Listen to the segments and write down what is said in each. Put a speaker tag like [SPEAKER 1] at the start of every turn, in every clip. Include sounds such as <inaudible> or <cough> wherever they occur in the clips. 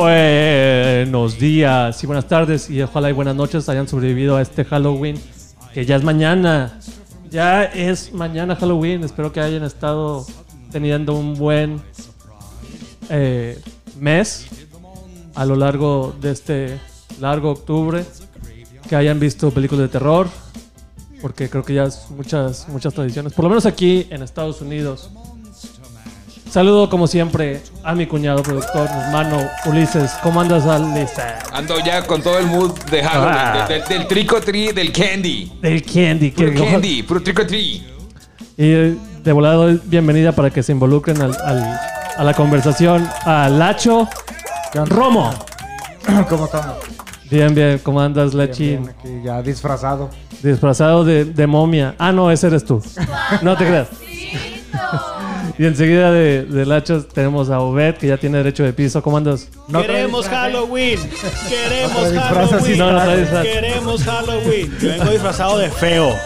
[SPEAKER 1] Buenos días y buenas tardes y ojalá y buenas noches hayan sobrevivido a este Halloween que ya es mañana. Ya es mañana Halloween. Espero que hayan estado teniendo un buen eh, mes a lo largo de este largo octubre. Que hayan visto películas de terror. Porque creo que ya es muchas, muchas tradiciones. Por lo menos aquí en Estados Unidos. Saludo como siempre a mi cuñado productor, mi hermano Ulises. ¿Cómo andas, Ulises?
[SPEAKER 2] Ando ya con todo el mood de Halloween,
[SPEAKER 1] Ah.
[SPEAKER 2] de- de- del trick or treat, del candy.
[SPEAKER 1] Del Candy.
[SPEAKER 2] Puro
[SPEAKER 1] que-
[SPEAKER 2] candy, puro trick or treat.
[SPEAKER 1] Y eh, de volada doy bienvenida para que se involucren al- al- a la conversación a Lacho Romo.
[SPEAKER 3] <clears throat> ¿Cómo estamos?
[SPEAKER 1] Bien, bien, ¿cómo andas, Lachín?
[SPEAKER 3] Bien, aquí ya disfrazado.
[SPEAKER 1] Disfrazado de, de momia. Ah, no, ese eres tú. No te creas. Y enseguida de, de Lacho tenemos a Obed, que ya tiene derecho de piso. ¿Cómo andas? <laughs>
[SPEAKER 3] No
[SPEAKER 4] Queremos
[SPEAKER 3] traes-
[SPEAKER 4] Halloween. Queremos
[SPEAKER 3] traes disfraz así,
[SPEAKER 4] Halloween.
[SPEAKER 1] no, no traes disfraz.
[SPEAKER 4] Queremos Halloween. Yo vengo disfrazado de feo.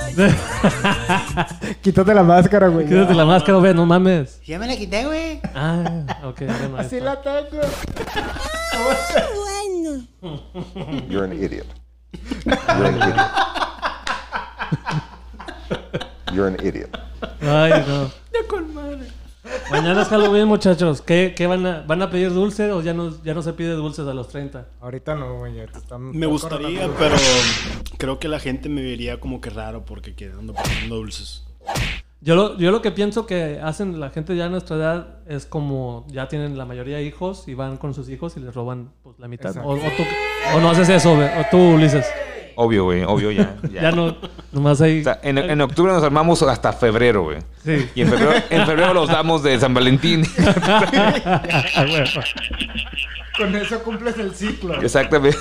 [SPEAKER 3] <laughs> Quítate la máscara, güey.
[SPEAKER 1] Quítate la máscara, Obed, no mames.
[SPEAKER 5] Ya me la quité, güey.
[SPEAKER 1] Ah, ok. bueno, ahí
[SPEAKER 3] Así
[SPEAKER 1] está.
[SPEAKER 3] la tengo.
[SPEAKER 6] You're an idiot. You're an idiot. You're an idiot.
[SPEAKER 1] Ay, no. Mañana es Halloween, muchachos. ¿Qué, qué van, a, van a pedir dulce o ya no, ya no se pide dulces a los 30?
[SPEAKER 3] Ahorita no, güey. ahorita están-
[SPEAKER 4] Me
[SPEAKER 3] está
[SPEAKER 4] gustaría,
[SPEAKER 3] coronavirus.
[SPEAKER 4] pero creo que la gente me vería como que raro porque que ando poniendo dulces.
[SPEAKER 1] Yo lo, yo lo que pienso que hacen la gente ya a nuestra edad es como ya tienen la mayoría hijos y van con sus hijos y les roban pues, la mitad. O, o, tú- o no haces eso, Be- o tú, Ulises.
[SPEAKER 2] Obvio, güey,
[SPEAKER 1] <laughs>
[SPEAKER 2] obvio ya. ya.
[SPEAKER 1] Ya no, nomás ahí.
[SPEAKER 2] <laughs>
[SPEAKER 1] <laughs>
[SPEAKER 2] O sea, en, en octubre nos armamos hasta febrero, güey.
[SPEAKER 1] Sí.
[SPEAKER 2] Y en febrero, en febrero los damos de
[SPEAKER 1] <laughs>
[SPEAKER 2] San Valentín.
[SPEAKER 1] Ah, bueno.
[SPEAKER 3] Con eso cumples el ciclo.
[SPEAKER 2] Exactamente.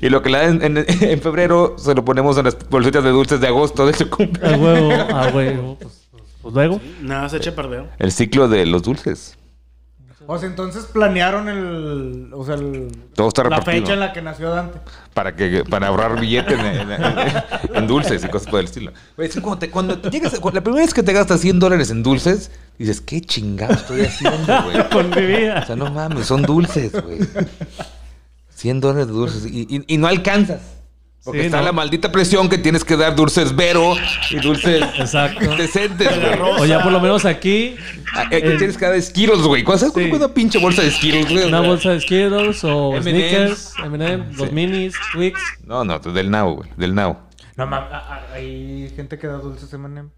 [SPEAKER 2] Y lo que le dan en, en febrero se lo ponemos en las bolsitas de dulces de agosto de su cumple.
[SPEAKER 1] A huevo, a huevo. Pues, pues luego.
[SPEAKER 4] Nada, se echa a perder.
[SPEAKER 2] El ciclo de los dulces.
[SPEAKER 3] O sea, entonces planearon el. O sea, el.
[SPEAKER 2] Todo está
[SPEAKER 3] La
[SPEAKER 2] repartido.
[SPEAKER 3] fecha en la que nació Dante.
[SPEAKER 2] para que para ahorrar billetes en, en- en- en dulces y cosas por el estilo. Güey, es que cuando, te- cuando te llegas, cuando- la primera vez que te gastas 100 dólares en dulces, dices, ¿qué chingado estoy haciendo, güey?
[SPEAKER 1] Con mi
[SPEAKER 2] O
[SPEAKER 1] vida.
[SPEAKER 2] sea, no mames, son dulces, güey. 100 dólares de dulces y, y- y no alcanzas. Porque
[SPEAKER 1] Sí,
[SPEAKER 2] está
[SPEAKER 1] no.
[SPEAKER 2] la maldita presión que tienes que dar dulces Vero y dulces
[SPEAKER 1] Exacto.
[SPEAKER 2] decentes, güey.
[SPEAKER 1] O ya por lo menos aquí,
[SPEAKER 2] Ah, Aquí tienes que dar esquiros, güey. ¿Cuánto
[SPEAKER 1] Sí.
[SPEAKER 2] cuesta una pinche bolsa de esquiros, güey?
[SPEAKER 1] una bolsa de Skittles o
[SPEAKER 2] M&Ms.
[SPEAKER 1] sneakers, M&M, los
[SPEAKER 2] Sí.
[SPEAKER 1] minis, Twix.
[SPEAKER 2] No, no, del nabo, güey. Del nabo.
[SPEAKER 3] No mames. ah, ah, Hay gente que da dulces M&M.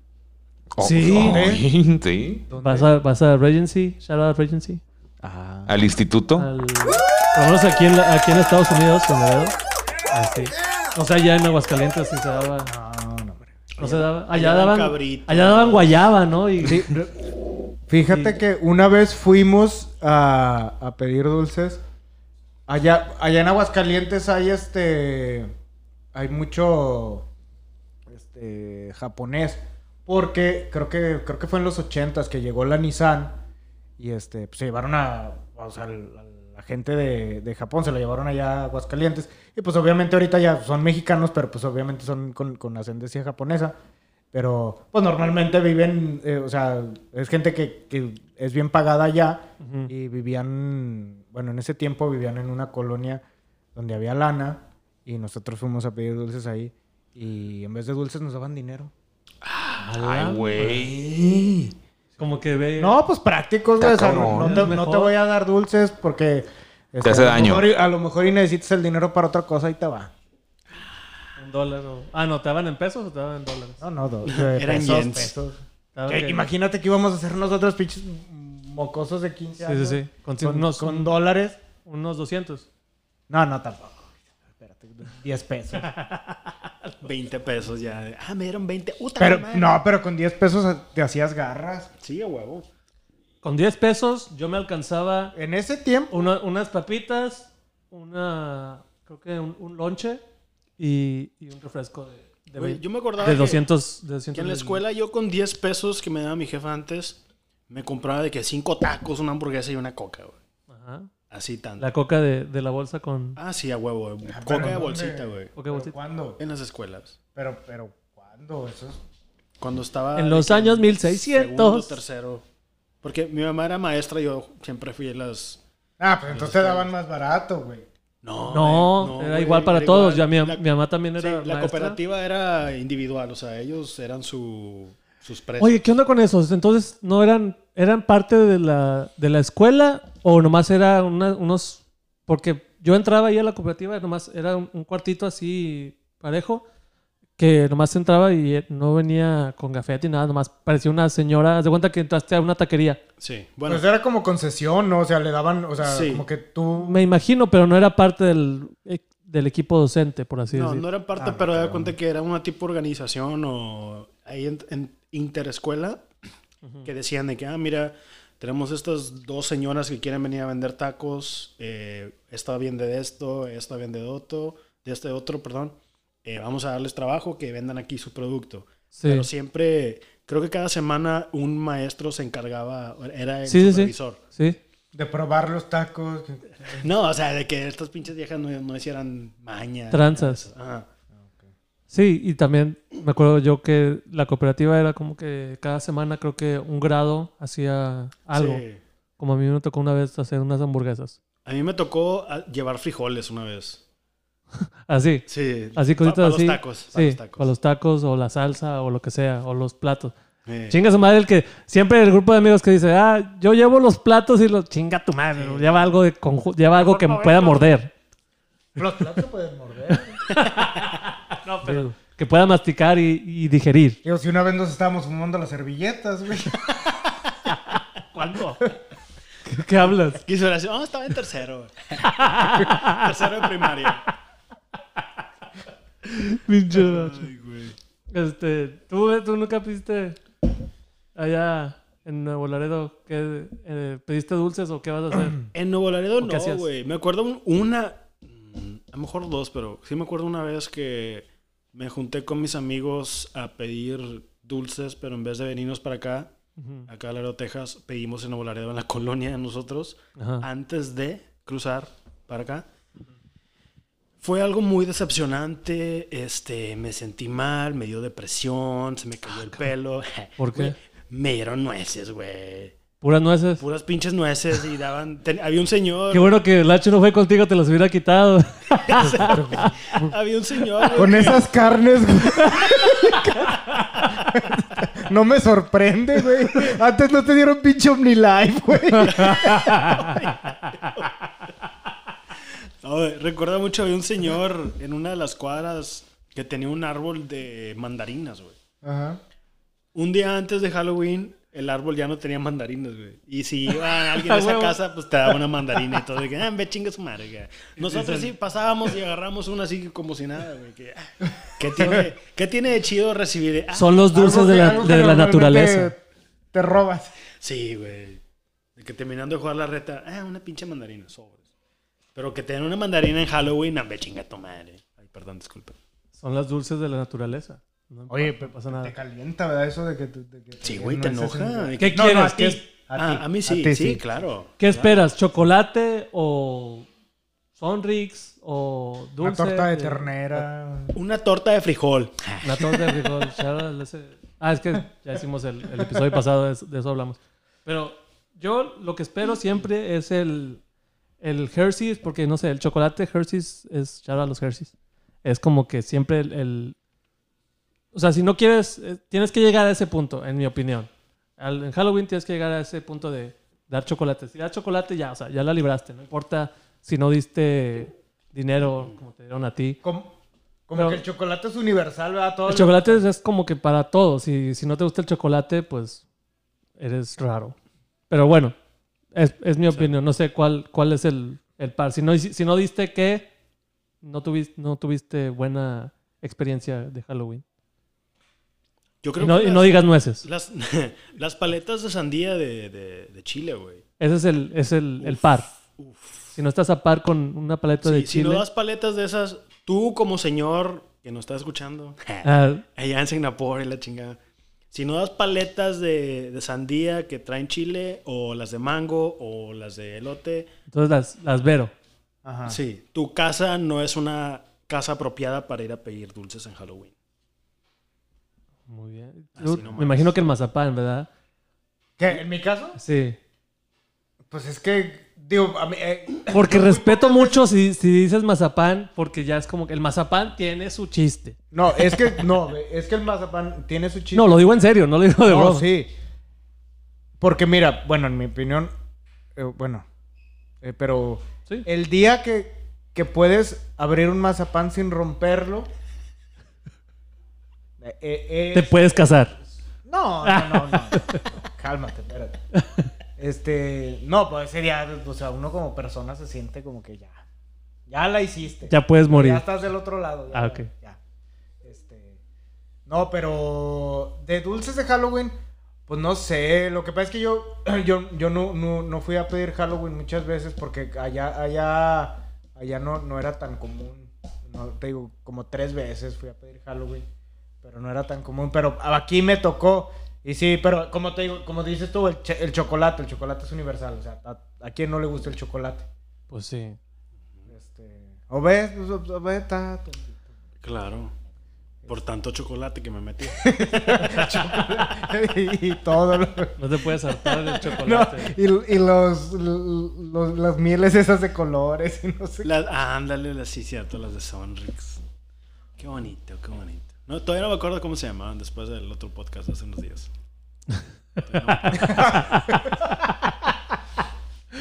[SPEAKER 1] Sí. ¿Eh?
[SPEAKER 2] Ay, sí.
[SPEAKER 3] ¿Dónde?
[SPEAKER 1] Vas a, vas a Regency, shout out Regency.
[SPEAKER 2] Al instituto.
[SPEAKER 1] al- por lo menos aquí en, la- aquí en Estados Unidos, en Laredo.
[SPEAKER 3] Ah,
[SPEAKER 1] Así. O sea, allá en Aguascalientes sí se daba.
[SPEAKER 3] No, no, hombre.
[SPEAKER 1] No se daba. Allá
[SPEAKER 4] Allá dan
[SPEAKER 1] daban.
[SPEAKER 4] cabrito.
[SPEAKER 1] Allá daban guayaba, ¿no? Y,
[SPEAKER 3] Sí, re- Fíjate que una vez fuimos a, a pedir dulces. Allá, allá en Aguascalientes hay este. Hay mucho. Este. japonés. Porque creo que, creo que fue en los 80s que llegó la Nissan. Y este. pues, se llevaron a. O sea, al- a la gente de, de Japón se la llevaron allá a Aguascalientes. Y pues obviamente ahorita ya son mexicanos, pero pues obviamente son con, con ascendencia japonesa. Pero, pues normalmente viven, eh, o sea, es gente que, que es bien pagada allá y vivían, bueno, en ese tiempo vivían en una colonia donde había lana y nosotros fuimos a pedir dulces ahí y en vez de dulces nos daban dinero.
[SPEAKER 2] Ay, güey.
[SPEAKER 1] como que ve.
[SPEAKER 3] No, pues prácticos, güey, o sea, no, no te, no te voy a dar dulces porque... este,
[SPEAKER 2] hace
[SPEAKER 3] a lo
[SPEAKER 2] daño.
[SPEAKER 3] mejor y- a lo mejor y necesitas el dinero para otra cosa y te va.
[SPEAKER 1] Un dólar. o- Ah, no, ¿te daban en pesos o te daban en dólares?
[SPEAKER 3] No, no,
[SPEAKER 4] <laughs>
[SPEAKER 3] dos.
[SPEAKER 4] Eran
[SPEAKER 3] pesos,
[SPEAKER 4] yens.
[SPEAKER 3] pesos.
[SPEAKER 1] Te daban
[SPEAKER 3] Que
[SPEAKER 1] que-
[SPEAKER 3] Imagínate que íbamos a hacer nosotros pinches mocosos de 15
[SPEAKER 1] Sí, sí,
[SPEAKER 3] años.
[SPEAKER 1] sí. Con,
[SPEAKER 3] Con,
[SPEAKER 1] unos,
[SPEAKER 3] con
[SPEAKER 1] un-
[SPEAKER 3] dólares.
[SPEAKER 1] unos 200.
[SPEAKER 3] No, no, tampoco. Espérate, 10
[SPEAKER 4] <laughs>
[SPEAKER 3] pesos.
[SPEAKER 4] 20 pesos ya. Ah, me dieron 20. Uta,
[SPEAKER 3] Pero,
[SPEAKER 4] madre.
[SPEAKER 3] no, pero con 10 pesos te hacías garras.
[SPEAKER 4] Sí, a huevo.
[SPEAKER 1] Con 10 pesos yo me alcanzaba
[SPEAKER 3] En ese tiempo.
[SPEAKER 1] una- unas papitas, una. Creo que un, un lonche y, y un refresco de. de
[SPEAKER 4] Güey,
[SPEAKER 1] ve-
[SPEAKER 4] yo me acordaba
[SPEAKER 1] de
[SPEAKER 4] que-
[SPEAKER 1] 200, de
[SPEAKER 4] Que
[SPEAKER 1] 200
[SPEAKER 4] en la escuela yo con 10 pesos que me daba mi jefa antes, me compraba de que 5 tacos, una hamburguesa y una coca, güey.
[SPEAKER 1] Ajá.
[SPEAKER 4] Así tanto.
[SPEAKER 1] La coca de, de la bolsa con.
[SPEAKER 4] Ah, sí, a huevo. güey.
[SPEAKER 3] pero
[SPEAKER 4] Coca de
[SPEAKER 3] ¿dónde?
[SPEAKER 4] bolsita, güey.
[SPEAKER 1] Ok,
[SPEAKER 3] ¿Pero
[SPEAKER 1] bolsita.
[SPEAKER 3] cuándo?
[SPEAKER 4] En las escuelas.
[SPEAKER 3] Pero, pero, ¿cuándo? Eso es-
[SPEAKER 4] Cuando estaba...
[SPEAKER 1] En los
[SPEAKER 4] de que
[SPEAKER 1] años
[SPEAKER 4] segundo,
[SPEAKER 1] 1600.
[SPEAKER 4] tercero. Porque mi mamá era maestra, yo siempre fui a las...
[SPEAKER 3] Ah, pues entonces te daban más barato, güey.
[SPEAKER 4] No,
[SPEAKER 1] No,
[SPEAKER 4] güey,
[SPEAKER 1] era
[SPEAKER 4] güey,
[SPEAKER 1] igual para
[SPEAKER 4] era
[SPEAKER 1] todos.
[SPEAKER 4] igual.
[SPEAKER 1] Ya mi,
[SPEAKER 4] La-
[SPEAKER 1] mi mamá también
[SPEAKER 4] Sí,
[SPEAKER 1] era
[SPEAKER 4] la
[SPEAKER 1] maestra.
[SPEAKER 4] cooperativa era individual, o sea, ellos eran su, sus precios.
[SPEAKER 1] Oye, ¿qué onda con esos? Entonces, ¿no eran eran parte de la, de la escuela o nomás era una- unos... Porque yo entraba ahí a la cooperativa, nomás era un, un cuartito así parejo, que nomás entraba y eh, no venía con gafete ni nada, nomás parecía una señora, haz de cuenta que entraste a una taquería.
[SPEAKER 4] Sí, bueno,
[SPEAKER 3] Pues era como concesión, ¿no? O sea, le daban, o sea,
[SPEAKER 4] Sí.
[SPEAKER 3] como que tú...
[SPEAKER 1] Me imagino, pero no era parte del, eh, del equipo docente, por así
[SPEAKER 4] no,
[SPEAKER 1] decirlo.
[SPEAKER 4] no eran parte,
[SPEAKER 3] Ah,
[SPEAKER 4] pero da
[SPEAKER 3] cabrón.
[SPEAKER 4] cuenta que era una tipo organización o ahí en, en interescuela que decían de que, ah, mira, tenemos estas dos señoras que quieren venir a vender tacos, eh, esta vende de esto, esta vende de otro, de este otro, perdón. Eh, vamos a darles trabajo que vendan aquí su producto.
[SPEAKER 1] Sí.
[SPEAKER 4] Pero siempre, creo que cada semana un maestro se encargaba, era el
[SPEAKER 1] Sí, sí, sí.
[SPEAKER 4] supervisor.
[SPEAKER 1] Sí.
[SPEAKER 3] De probar los tacos.
[SPEAKER 4] No, o sea, de que estas pinches viejas no, no hicieran maña.
[SPEAKER 1] Tranzas.
[SPEAKER 4] Ajá.
[SPEAKER 1] Sí, y también me acuerdo yo que la cooperativa era como que cada semana creo que un grado hacía algo.
[SPEAKER 4] Sí.
[SPEAKER 1] Como a mí me tocó una vez hacer unas hamburguesas.
[SPEAKER 4] A mí me tocó ah, llevar frijoles una vez.
[SPEAKER 1] Así.
[SPEAKER 4] Sí.
[SPEAKER 1] Así
[SPEAKER 4] pa-
[SPEAKER 1] cositas
[SPEAKER 4] para
[SPEAKER 1] así.
[SPEAKER 4] los tacos.
[SPEAKER 1] Sí,
[SPEAKER 4] Para los tacos.
[SPEAKER 1] para los tacos o la salsa o lo que sea, o los platos.
[SPEAKER 4] Eh,
[SPEAKER 1] Chinga su madre el que siempre el grupo de amigos que dice, "Ah, yo llevo los platos y los chinga tu madre, lleva algo de conju- lleva algo que pueda morder."
[SPEAKER 3] Los platos pueden
[SPEAKER 4] <laughs>
[SPEAKER 3] morder.
[SPEAKER 1] No, pero que pueda masticar y, y digerir.
[SPEAKER 3] Digo, si una vez nos estábamos fumando las servilletas,
[SPEAKER 4] <laughs>
[SPEAKER 3] güey.
[SPEAKER 1] ¿Cuándo? ¿Qué hablas?
[SPEAKER 4] ¿Qué hizo Horacio? Ah, estaba en
[SPEAKER 1] <laughs>
[SPEAKER 4] tercero. tercero de primaria.
[SPEAKER 1] Pinche macho. Este, ¿tú, tú nunca pediste allá en Nuevo Laredo, ¿qué, eh, ¿pediste dulces o qué vas a
[SPEAKER 3] <clears throat>
[SPEAKER 1] hacer?
[SPEAKER 4] En Nuevo Laredo
[SPEAKER 1] Mm. qué
[SPEAKER 4] no,
[SPEAKER 1] hacías?
[SPEAKER 4] güey. Me acuerdo un- una, mm, a lo mejor dos, pero sí me acuerdo una vez que me junté con mis amigos a pedir dulces, pero en vez de venirnos para acá,
[SPEAKER 1] Ujú.
[SPEAKER 4] acá a Laredo, Texas, pedimos en Nuevo Laredo, en la <laughs> colonia de nosotros,
[SPEAKER 1] Ajá.
[SPEAKER 4] antes de cruzar para acá. Fue algo muy decepcionante, este, me sentí mal, me dio depresión, se me cayó el pelo.
[SPEAKER 1] Ah,
[SPEAKER 4] <laughs>
[SPEAKER 1] ¿Por qué?
[SPEAKER 4] Güey, Me dieron nueces, güey.
[SPEAKER 1] Puras nueces.
[SPEAKER 4] Puras pinches nueces y daban... ten- había un señor...
[SPEAKER 1] Qué bueno que Lacho no fue contigo, te los hubiera
[SPEAKER 3] <laughs>
[SPEAKER 1] quitado.
[SPEAKER 4] Había un señor. güey.
[SPEAKER 3] Con esas carnes, güey. No me sorprende, güey. Antes no te dieron pinche OmniLife, güey.
[SPEAKER 4] No, güey, recuerdo mucho, había un señor en una de las cuadras que tenía un árbol de mandarinas, güey.
[SPEAKER 3] Ajá.
[SPEAKER 4] Un día antes de Halloween, el árbol ya no tenía mandarinas, güey. Y si iba alguien a
[SPEAKER 1] A
[SPEAKER 4] esa
[SPEAKER 1] huevo.
[SPEAKER 4] casa, pues te daba una mandarina y todo. De que, ah, ve chinga su madre, güey". Nosotros sí pasábamos y agarramos una así como si nada, güey. Que, ah, ¿qué, tiene, qué tiene de chido recibir? Ah,
[SPEAKER 1] Son los dulces
[SPEAKER 3] Algo
[SPEAKER 1] de
[SPEAKER 3] que-
[SPEAKER 1] la,
[SPEAKER 3] algo que
[SPEAKER 1] de la
[SPEAKER 3] normalmente
[SPEAKER 1] naturaleza.
[SPEAKER 3] Te robas.
[SPEAKER 4] Sí, güey. De que terminando de jugar la reta, ah, una pinche mandarina, sobres. Pero que te den una mandarina en Halloween, ah, ve chinga tu madre. Ay, perdón, disculpa.
[SPEAKER 1] Son las dulces de la naturaleza. No
[SPEAKER 3] Oye,
[SPEAKER 1] pa-
[SPEAKER 3] pero
[SPEAKER 1] pasa nada.
[SPEAKER 3] Te calienta, ¿verdad? Eso de que... te- de que
[SPEAKER 4] Sí, güey, te
[SPEAKER 3] no es
[SPEAKER 4] enoja.
[SPEAKER 3] ese-
[SPEAKER 1] ¿Qué
[SPEAKER 3] No, no,
[SPEAKER 1] quieres?
[SPEAKER 3] a ti.
[SPEAKER 1] ¿Qué, es-
[SPEAKER 4] Ah,
[SPEAKER 3] ti,
[SPEAKER 4] a mí sí,
[SPEAKER 3] ti
[SPEAKER 4] sí, claro.
[SPEAKER 1] qué esperas? ¿Chocolate o Sonrix o
[SPEAKER 3] Una
[SPEAKER 1] dulce?
[SPEAKER 3] torta
[SPEAKER 4] eh.
[SPEAKER 3] de ternera.
[SPEAKER 4] Una torta de frijol.
[SPEAKER 1] La torta de frijol. chaval, ese- Ah, es que ya hicimos el, el episodio pasado, de, eso- de eso hablamos. Pero yo lo que espero siempre es el, el Hershey's, porque no sé, el chocolate Hershey's es chara los Hershey's. Es como que siempre el, el- O sea, si no quieres, eh, tienes que llegar a ese punto, en mi opinión. Al- en Halloween tienes que llegar a ese punto de dar chocolate. Si das chocolate, ya, o sea, ya la libraste. No importa si no diste dinero como te dieron a ti.
[SPEAKER 3] Como, como
[SPEAKER 1] Pero-
[SPEAKER 3] que el chocolate es universal, ¿verdad? Todo
[SPEAKER 1] El chocolate es, es como que para todos. Y si no te gusta el chocolate, pues eres raro. Pero bueno, es, es mi opinión. No sé cuál, cuál es el, el par. Si no, hici- si no diste que no tuviste, no tuviste buena experiencia de Halloween.
[SPEAKER 4] Yo creo
[SPEAKER 1] Y no,
[SPEAKER 4] que
[SPEAKER 1] y
[SPEAKER 4] las,
[SPEAKER 1] no digas nueces.
[SPEAKER 4] las, <laughs> las paletas de sandía de, de, de Chile, güey.
[SPEAKER 1] Ese es el, es el, el par.
[SPEAKER 4] Uf.
[SPEAKER 1] Si no estás a par con una paleta
[SPEAKER 4] Sí,
[SPEAKER 1] de
[SPEAKER 4] si
[SPEAKER 1] chile.
[SPEAKER 4] no das paletas de esas, tú como señor que nos está escuchando,
[SPEAKER 1] ah,
[SPEAKER 4] allá en Singapur y la chingada. Si no das paletas de, de sandía que traen chile, o las de mango, o las de elote,
[SPEAKER 1] entonces las, las vero.
[SPEAKER 3] Ajá.
[SPEAKER 4] sí, tu casa no es una casa apropiada para ir a pedir dulces en Halloween.
[SPEAKER 1] Muy bien.
[SPEAKER 4] Así
[SPEAKER 1] Tú-
[SPEAKER 4] nomás.
[SPEAKER 1] me imagino que el mazapán, ¿verdad?
[SPEAKER 3] ¿Qué? ¿En mi caso?
[SPEAKER 1] Sí.
[SPEAKER 3] Pues es que, digo, a mí... eh,
[SPEAKER 1] Porque respeto mucho si, si dices mazapán, porque ya es como que el mazapán tiene su chiste.
[SPEAKER 3] no, es que, no, güey, es que el mazapán tiene su chiste.
[SPEAKER 1] No, lo digo en serio, no lo digo de
[SPEAKER 3] No,
[SPEAKER 1] broma.
[SPEAKER 3] sí. Porque mira, bueno, en mi opinión, eh, bueno, eh, pero
[SPEAKER 1] Sí.
[SPEAKER 3] el día que, que puedes abrir un mazapán sin romperlo, eh, eh,
[SPEAKER 1] Te
[SPEAKER 3] es-
[SPEAKER 1] puedes casar.
[SPEAKER 3] no, no, no, <laughs> no. Cálmate, espérate. Este, no, pues ese día, o sea, uno como persona se siente como que ya, ya la hiciste.
[SPEAKER 1] Ya puedes morir.
[SPEAKER 3] Ya estás del otro lado. ya,
[SPEAKER 1] Ah, ok.
[SPEAKER 3] ya. Este, no, pero de dulces de Halloween, pues no sé. Lo que pasa es que yo, <clears throat> yo, yo no, no, no fui a pedir Halloween muchas veces porque allá, allá, allá no, no era tan común. No, te digo, como tres veces fui a pedir Halloween, pero no era tan común. Pero aquí me tocó. Y sí, pero como te digo, como dices tú, el, che- el chocolate, el chocolate es universal. O sea, a, a quién no le gusta el chocolate.
[SPEAKER 1] Pues sí.
[SPEAKER 3] Este, o ves, o ves, está-
[SPEAKER 4] Claro. Por tanto chocolate que me metí.
[SPEAKER 3] <laughs> y todo lo-
[SPEAKER 1] No te puedes hartar
[SPEAKER 4] <laughs>
[SPEAKER 1] del
[SPEAKER 3] No,
[SPEAKER 1] chocolate.
[SPEAKER 3] y, y los, los- las mieles esas de colores y no sé qué.
[SPEAKER 4] Las- ah, ándale, las, sí, cierto, las de Sonrix. Qué bonito, qué bonito. No, todavía no me acuerdo cómo se llamaban después del otro podcast hace unos días. Todavía no me acuerdo.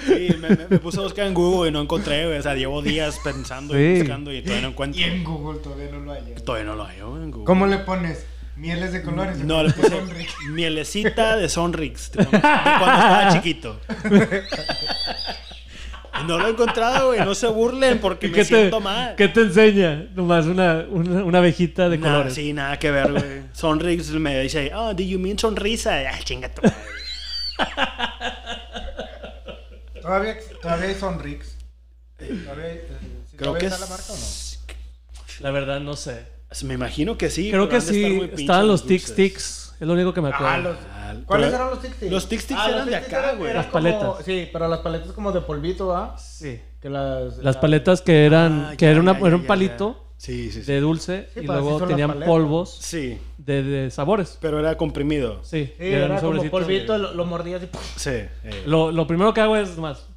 [SPEAKER 4] Sí, me, me- me puse a buscar en Google y no encontré, güey. O sea, llevo días pensando y
[SPEAKER 1] Sí.
[SPEAKER 4] buscando y todavía no encuentro.
[SPEAKER 3] Y en Google todavía no lo ¿eh? hallas.
[SPEAKER 4] Todavía no lo hay, güey, en Google.
[SPEAKER 3] ¿Cómo le pones? Mieles de colores.
[SPEAKER 4] No, le puse mielecita de Sonrix. te pongo, de cuando
[SPEAKER 1] <laughs>
[SPEAKER 4] estaba chiquito. No lo he encontrado, güey. No se burlen porque
[SPEAKER 1] ¿Y
[SPEAKER 4] me
[SPEAKER 1] ¿Qué te,
[SPEAKER 4] siento mal.
[SPEAKER 1] ¿Qué te enseña? Nomás una, una, una abejita de
[SPEAKER 4] Nada,
[SPEAKER 1] colores.
[SPEAKER 4] Sí, nada que
[SPEAKER 1] <laughs>
[SPEAKER 4] ver, güey. Sonrix me dice, oh, do you mean sonrisa? Ah, chinga tu madre.
[SPEAKER 3] Todavía, todavía hay Sonrix. Todavía hay- eh, sí,
[SPEAKER 4] Creo
[SPEAKER 3] todavía
[SPEAKER 4] que
[SPEAKER 3] está
[SPEAKER 4] es-
[SPEAKER 3] la marca o no?
[SPEAKER 1] La verdad, no sé.
[SPEAKER 4] Me imagino que sí.
[SPEAKER 1] Creo
[SPEAKER 4] pero
[SPEAKER 1] que
[SPEAKER 4] han de estar
[SPEAKER 1] sí.
[SPEAKER 4] muy pinches
[SPEAKER 1] Estaban los
[SPEAKER 4] dulces.
[SPEAKER 1] Tic Tics. Es lo único que me acuerdo.
[SPEAKER 3] Ah, los-
[SPEAKER 4] Ah,
[SPEAKER 3] ¿Cuáles
[SPEAKER 4] pero-
[SPEAKER 3] eran los Tic Tics?
[SPEAKER 4] los Tic Tics
[SPEAKER 3] Ah, los
[SPEAKER 4] eran de
[SPEAKER 3] Tic Tics
[SPEAKER 4] acá,
[SPEAKER 3] eran-
[SPEAKER 4] güey.
[SPEAKER 3] eran
[SPEAKER 1] Las paletas.
[SPEAKER 3] como- Sí, pero las paletas como de polvito, ¿ah?
[SPEAKER 1] Sí.
[SPEAKER 3] Que las,
[SPEAKER 1] Las paletas que eran.
[SPEAKER 4] Ah,
[SPEAKER 1] que
[SPEAKER 4] ya,
[SPEAKER 1] era, una-
[SPEAKER 4] ya, ya,
[SPEAKER 1] era un
[SPEAKER 4] ya,
[SPEAKER 1] palito
[SPEAKER 4] ya. Sí, sí, sí.
[SPEAKER 1] de dulce
[SPEAKER 3] Sí,
[SPEAKER 1] y
[SPEAKER 3] pues, así
[SPEAKER 1] luego
[SPEAKER 3] son las
[SPEAKER 1] tenían
[SPEAKER 3] paletas.
[SPEAKER 1] polvos
[SPEAKER 4] Sí,
[SPEAKER 1] de, de sabores.
[SPEAKER 4] pero era comprimido. Sí.
[SPEAKER 1] Sí.
[SPEAKER 3] Sí,
[SPEAKER 1] y eran
[SPEAKER 3] era como
[SPEAKER 1] sobrecitos.
[SPEAKER 3] polvito, lo, lo mordías y...
[SPEAKER 4] eh.
[SPEAKER 1] Lo, lo primero que hago es más.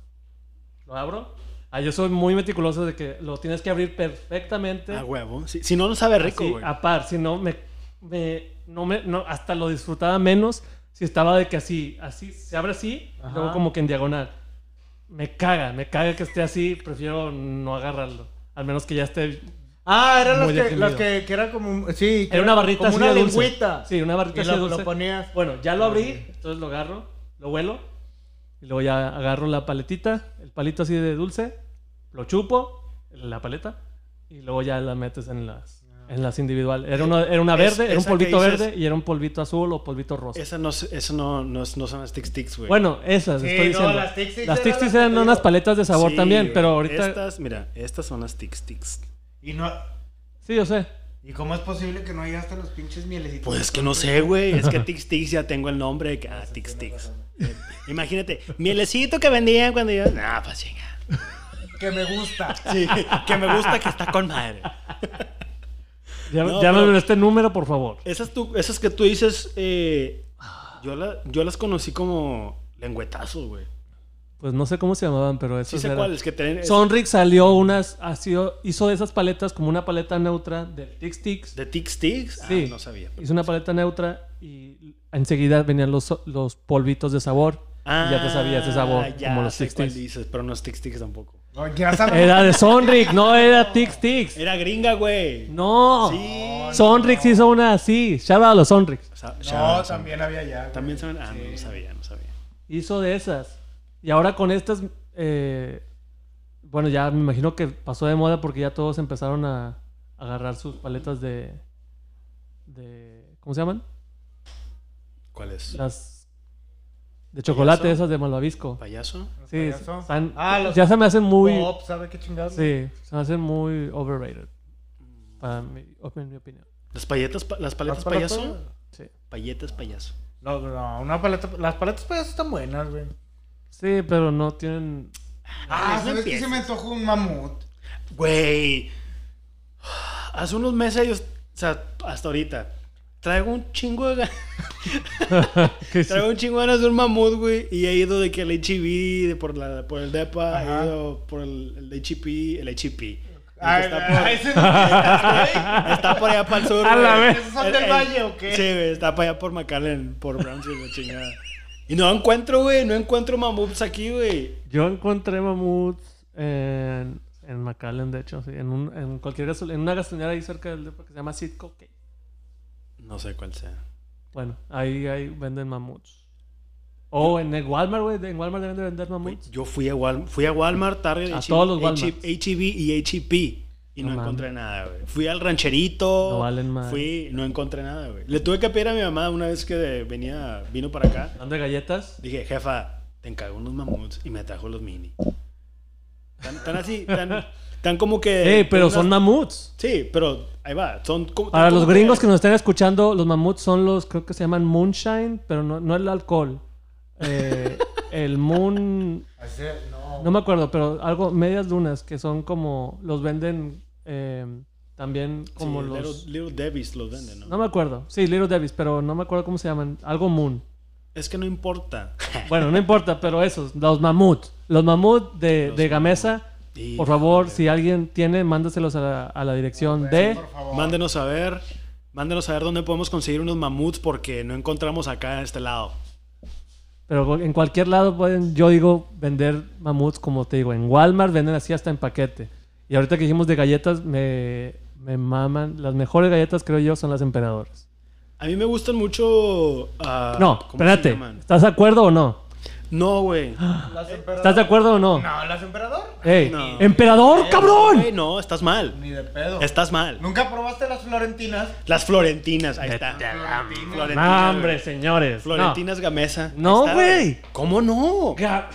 [SPEAKER 1] Lo abro. Ah, yo soy muy meticuloso de que lo tienes que abrir perfectamente.
[SPEAKER 3] Ah,
[SPEAKER 4] A huevo. Sí, Si no, no sabe rico,
[SPEAKER 1] así,
[SPEAKER 4] güey.
[SPEAKER 1] a par. Si no, me, me- no me no, hasta lo disfrutaba menos si estaba de que así, así, se abre así, y
[SPEAKER 3] Ajá.
[SPEAKER 1] luego como que en diagonal. Me caga, me caga que esté así, prefiero no agarrarlo. Al menos que ya esté.
[SPEAKER 3] Ah, eran las
[SPEAKER 1] Muy
[SPEAKER 3] que,
[SPEAKER 1] definido.
[SPEAKER 3] las que, que era como... un- Sí, que
[SPEAKER 1] Era una barrita
[SPEAKER 3] como
[SPEAKER 1] así
[SPEAKER 3] una
[SPEAKER 1] de dulce.
[SPEAKER 3] lengüita.
[SPEAKER 1] Sí, una barrita
[SPEAKER 3] Y
[SPEAKER 1] así
[SPEAKER 3] lo-
[SPEAKER 1] de dulce.
[SPEAKER 3] lo ponías.
[SPEAKER 1] Bueno, ya lo
[SPEAKER 4] Ah,
[SPEAKER 1] abrí, entonces lo agarro, lo huelo, y luego ya agarro la paletita, el palito así de dulce, lo chupo, la paleta, y luego ya la metes en las, en las individuales. Era una, era una
[SPEAKER 4] Ah. Es-
[SPEAKER 1] verde, era un
[SPEAKER 4] esa que
[SPEAKER 1] polvito
[SPEAKER 4] dices-
[SPEAKER 1] verde y era un polvito azul o polvito rosa.
[SPEAKER 4] Esa no, se- eso no, no, es- no son las Tic Tics, güey.
[SPEAKER 1] Bueno, esas,
[SPEAKER 3] Sí,
[SPEAKER 1] estoy
[SPEAKER 3] no,
[SPEAKER 1] diciendo.
[SPEAKER 3] las Tic Tics
[SPEAKER 1] Las Tic
[SPEAKER 3] eran las
[SPEAKER 1] Tics
[SPEAKER 3] que
[SPEAKER 1] eran
[SPEAKER 3] te digo.
[SPEAKER 1] unas paletas de sabor
[SPEAKER 4] Sí,
[SPEAKER 1] también, pero
[SPEAKER 4] güey.
[SPEAKER 1] ahorita...
[SPEAKER 4] Estas, mira, estas son las Tic Tics.
[SPEAKER 3] Y no...
[SPEAKER 1] Sí, yo sé.
[SPEAKER 3] ¿Y cómo es posible que no llegaste a los pinches mielecitos?
[SPEAKER 4] Pues es que no sé, güey. Es que Tic Tics ya tengo el nombre. de que- Ah, Tic
[SPEAKER 3] <laughs>
[SPEAKER 4] Tics. Eh, Imagínate, mielecito que vendían cuando yo. Nah, pues chinga.
[SPEAKER 3] Que me gusta.
[SPEAKER 4] Sí, que me gusta que está con madre.
[SPEAKER 1] Ya,
[SPEAKER 4] No,
[SPEAKER 1] ya
[SPEAKER 4] pero-
[SPEAKER 1] me este número, por favor.
[SPEAKER 4] Esas, tú, esas que tú dices, eh, yo, la- yo las conocí como lengüetazos, güey.
[SPEAKER 1] Pues no sé cómo se llamaban, pero
[SPEAKER 4] Sí
[SPEAKER 1] esas
[SPEAKER 4] sé
[SPEAKER 1] eran.
[SPEAKER 4] cuáles que tienen. es-
[SPEAKER 1] Sonrix salió unas, hació- hizo de esas paletas como una paleta neutra del Tic Tics.
[SPEAKER 4] ¿De Tic Tics?
[SPEAKER 1] Sí.
[SPEAKER 4] Ah, no sabía. pero-
[SPEAKER 1] Hizo una paleta neutra y enseguida venían los, los polvitos de sabor. y ya te sabías de sabor,
[SPEAKER 4] Ah, ya
[SPEAKER 1] como los
[SPEAKER 4] sé
[SPEAKER 1] Tic
[SPEAKER 4] cuál
[SPEAKER 1] Tics.
[SPEAKER 4] dices, pero no es Tic Tics tampoco.
[SPEAKER 3] No, ya sabes.
[SPEAKER 1] Era de Sonrix, no era Tic
[SPEAKER 4] <laughs>
[SPEAKER 1] Tics.
[SPEAKER 4] Era gringa, güey.
[SPEAKER 1] No.
[SPEAKER 4] Sí.
[SPEAKER 1] Sonrix hizo una así. Shout out a los Sonrix.
[SPEAKER 4] Sa-
[SPEAKER 3] No,
[SPEAKER 4] ya,
[SPEAKER 3] también había ya. güey.
[SPEAKER 4] También saben. Ah, no, no sabía, no sabía.
[SPEAKER 1] Hizo de esas. Y ahora con estas. eh, bueno, ya me imagino que pasó de moda porque ya todos empezaron a agarrar sus paletas de. de ¿Cómo se llaman?
[SPEAKER 4] ¿Cuál es?
[SPEAKER 1] Las. de chocolate,
[SPEAKER 4] ¿Payaso?
[SPEAKER 1] esas de Malvavisco.
[SPEAKER 4] ¿Payaso?
[SPEAKER 3] Los
[SPEAKER 1] Sí,
[SPEAKER 3] payasos.
[SPEAKER 1] están-
[SPEAKER 3] Ah, los
[SPEAKER 1] ya se me hacen muy.
[SPEAKER 3] pop, ¿sabe qué chingados?
[SPEAKER 1] Sí, se me hacen muy overrated. Para mi, en mi opinión.
[SPEAKER 4] ¿Las paletas, pa- las paletas
[SPEAKER 3] ¿Las paletas
[SPEAKER 4] payaso?
[SPEAKER 3] payaso?
[SPEAKER 1] Sí.
[SPEAKER 4] Paletas payaso.
[SPEAKER 3] No, no, una paleta. Las paletas payasos están buenas, güey.
[SPEAKER 1] Sí, pero no tienen.
[SPEAKER 4] Ah, no
[SPEAKER 3] qué?
[SPEAKER 4] empieces.
[SPEAKER 3] antojó un mamut?
[SPEAKER 4] Güey.
[SPEAKER 3] <laughs>
[SPEAKER 4] Hace unos meses yo, o sea, hasta ahorita, traigo un chingo de ganas.
[SPEAKER 1] ¿Qué sí?
[SPEAKER 4] Traigo un chingo de ganas de un mamut, güey. Y he ido de que el HB, de por, la, por el DEPA, he ido por el, el HIP, el HIP.
[SPEAKER 3] Ay,
[SPEAKER 4] está,
[SPEAKER 3] ay,
[SPEAKER 4] por,
[SPEAKER 1] <laughs>
[SPEAKER 3] ay, ese no- ay,
[SPEAKER 4] <laughs> está por allá para el sur.
[SPEAKER 1] A la
[SPEAKER 4] güey.
[SPEAKER 1] vez.
[SPEAKER 3] ¿Esos son
[SPEAKER 4] El-
[SPEAKER 3] del
[SPEAKER 4] el-
[SPEAKER 3] valle o qué?
[SPEAKER 4] Sí, güey, está para allá por McAllen, por Brownsville, la chingada. Y no encuentro, güey, no encuentro mamuts aquí, güey.
[SPEAKER 1] Yo encontré mamuts en, en McAllen, de hecho, sí, en, un, en, cualquier gasol- en una gasolinera ahí cerca del depa que se llama Sitco. que-
[SPEAKER 4] No sé cuál sea.
[SPEAKER 1] Bueno, ahí, ahí venden mamuts. O en el Walmart, güey, en Walmart deben de vender
[SPEAKER 4] Güey,
[SPEAKER 1] mamuts.
[SPEAKER 4] Yo fui a Walmart, fui a Walmart tarde.
[SPEAKER 1] A
[SPEAKER 4] H-
[SPEAKER 1] todos los
[SPEAKER 4] H-
[SPEAKER 1] Walmarts.
[SPEAKER 4] H-E-B y HEP. Y no,
[SPEAKER 1] No mames.
[SPEAKER 4] encontré nada, güey. Fui al rancherito.
[SPEAKER 1] No valen madre.
[SPEAKER 4] Fui, no encontré nada, güey. Le tuve que pedir a mi mamá una vez que venía, vino para acá.
[SPEAKER 1] ¿Dónde galletas?
[SPEAKER 4] Dije, jefa, te encargo unos mamuts. Y me trajo los mini. Tan, tan así, tan, tan como
[SPEAKER 1] <laughs>
[SPEAKER 4] que.
[SPEAKER 1] Ey, Eh, pero
[SPEAKER 4] unas-
[SPEAKER 1] son mamuts.
[SPEAKER 4] Sí, pero ahí va. Son como-
[SPEAKER 1] Para
[SPEAKER 4] tan
[SPEAKER 1] los
[SPEAKER 4] como
[SPEAKER 1] gringos que nos estén escuchando, los mamuts son los, creo que se llaman moonshine, pero no, no el alcohol. Eh, el moon,
[SPEAKER 3] Ese, no.
[SPEAKER 1] no me acuerdo, pero algo, medias lunas, que son como, los venden eh, también
[SPEAKER 4] Sí,
[SPEAKER 1] como los...
[SPEAKER 4] Little, Little Debbie's los venden, ¿no?
[SPEAKER 1] No me acuerdo. Sí, Little Davis, pero no me acuerdo cómo se llaman. Algo Moon.
[SPEAKER 4] Es que no importa. <laughs>
[SPEAKER 1] Bueno, no importa, pero esos, los mamut. Los mamut de, de Gamesa.
[SPEAKER 4] Y-
[SPEAKER 1] Por favor, si alguien tiene, mándaselos a la, a la dirección de.
[SPEAKER 3] Por favor.
[SPEAKER 4] Mándenos a ver. Mándenos a ver dónde podemos conseguir unos mamuts porque no encontramos acá de este lado.
[SPEAKER 1] Pero en cualquier lado pueden, yo digo, vender mamuts, como te digo. En Walmart venden así hasta en paquete. Y ahorita que dijimos de galletas, me, me maman. Las mejores galletas, creo yo, son las emperadoras.
[SPEAKER 4] A mí me gustan mucho. ah,
[SPEAKER 1] No,
[SPEAKER 4] ¿cómo se
[SPEAKER 1] espérate.
[SPEAKER 4] llaman?
[SPEAKER 1] ¿Estás de acuerdo o no?
[SPEAKER 4] No, güey.
[SPEAKER 3] ¿Las emperador?
[SPEAKER 1] ¿Estás de acuerdo o no? Eh.
[SPEAKER 3] No, las emperador.
[SPEAKER 1] Ey,
[SPEAKER 4] No. Eh,
[SPEAKER 1] ¡Emperador, cabrón!
[SPEAKER 4] Güey, No, estás mal.
[SPEAKER 3] Ni de pedo.
[SPEAKER 4] Estás mal.
[SPEAKER 3] ¿Nunca probaste las florentinas?
[SPEAKER 4] Las florentinas, ahí está.
[SPEAKER 3] Florentinas.
[SPEAKER 4] Florentinas,
[SPEAKER 1] No,
[SPEAKER 4] güey.
[SPEAKER 1] hombre, señores. no.
[SPEAKER 4] Florentinas Gamesa.
[SPEAKER 1] No,
[SPEAKER 4] Ahí está,
[SPEAKER 1] güey.
[SPEAKER 4] ¿Cómo no?
[SPEAKER 1] Ga-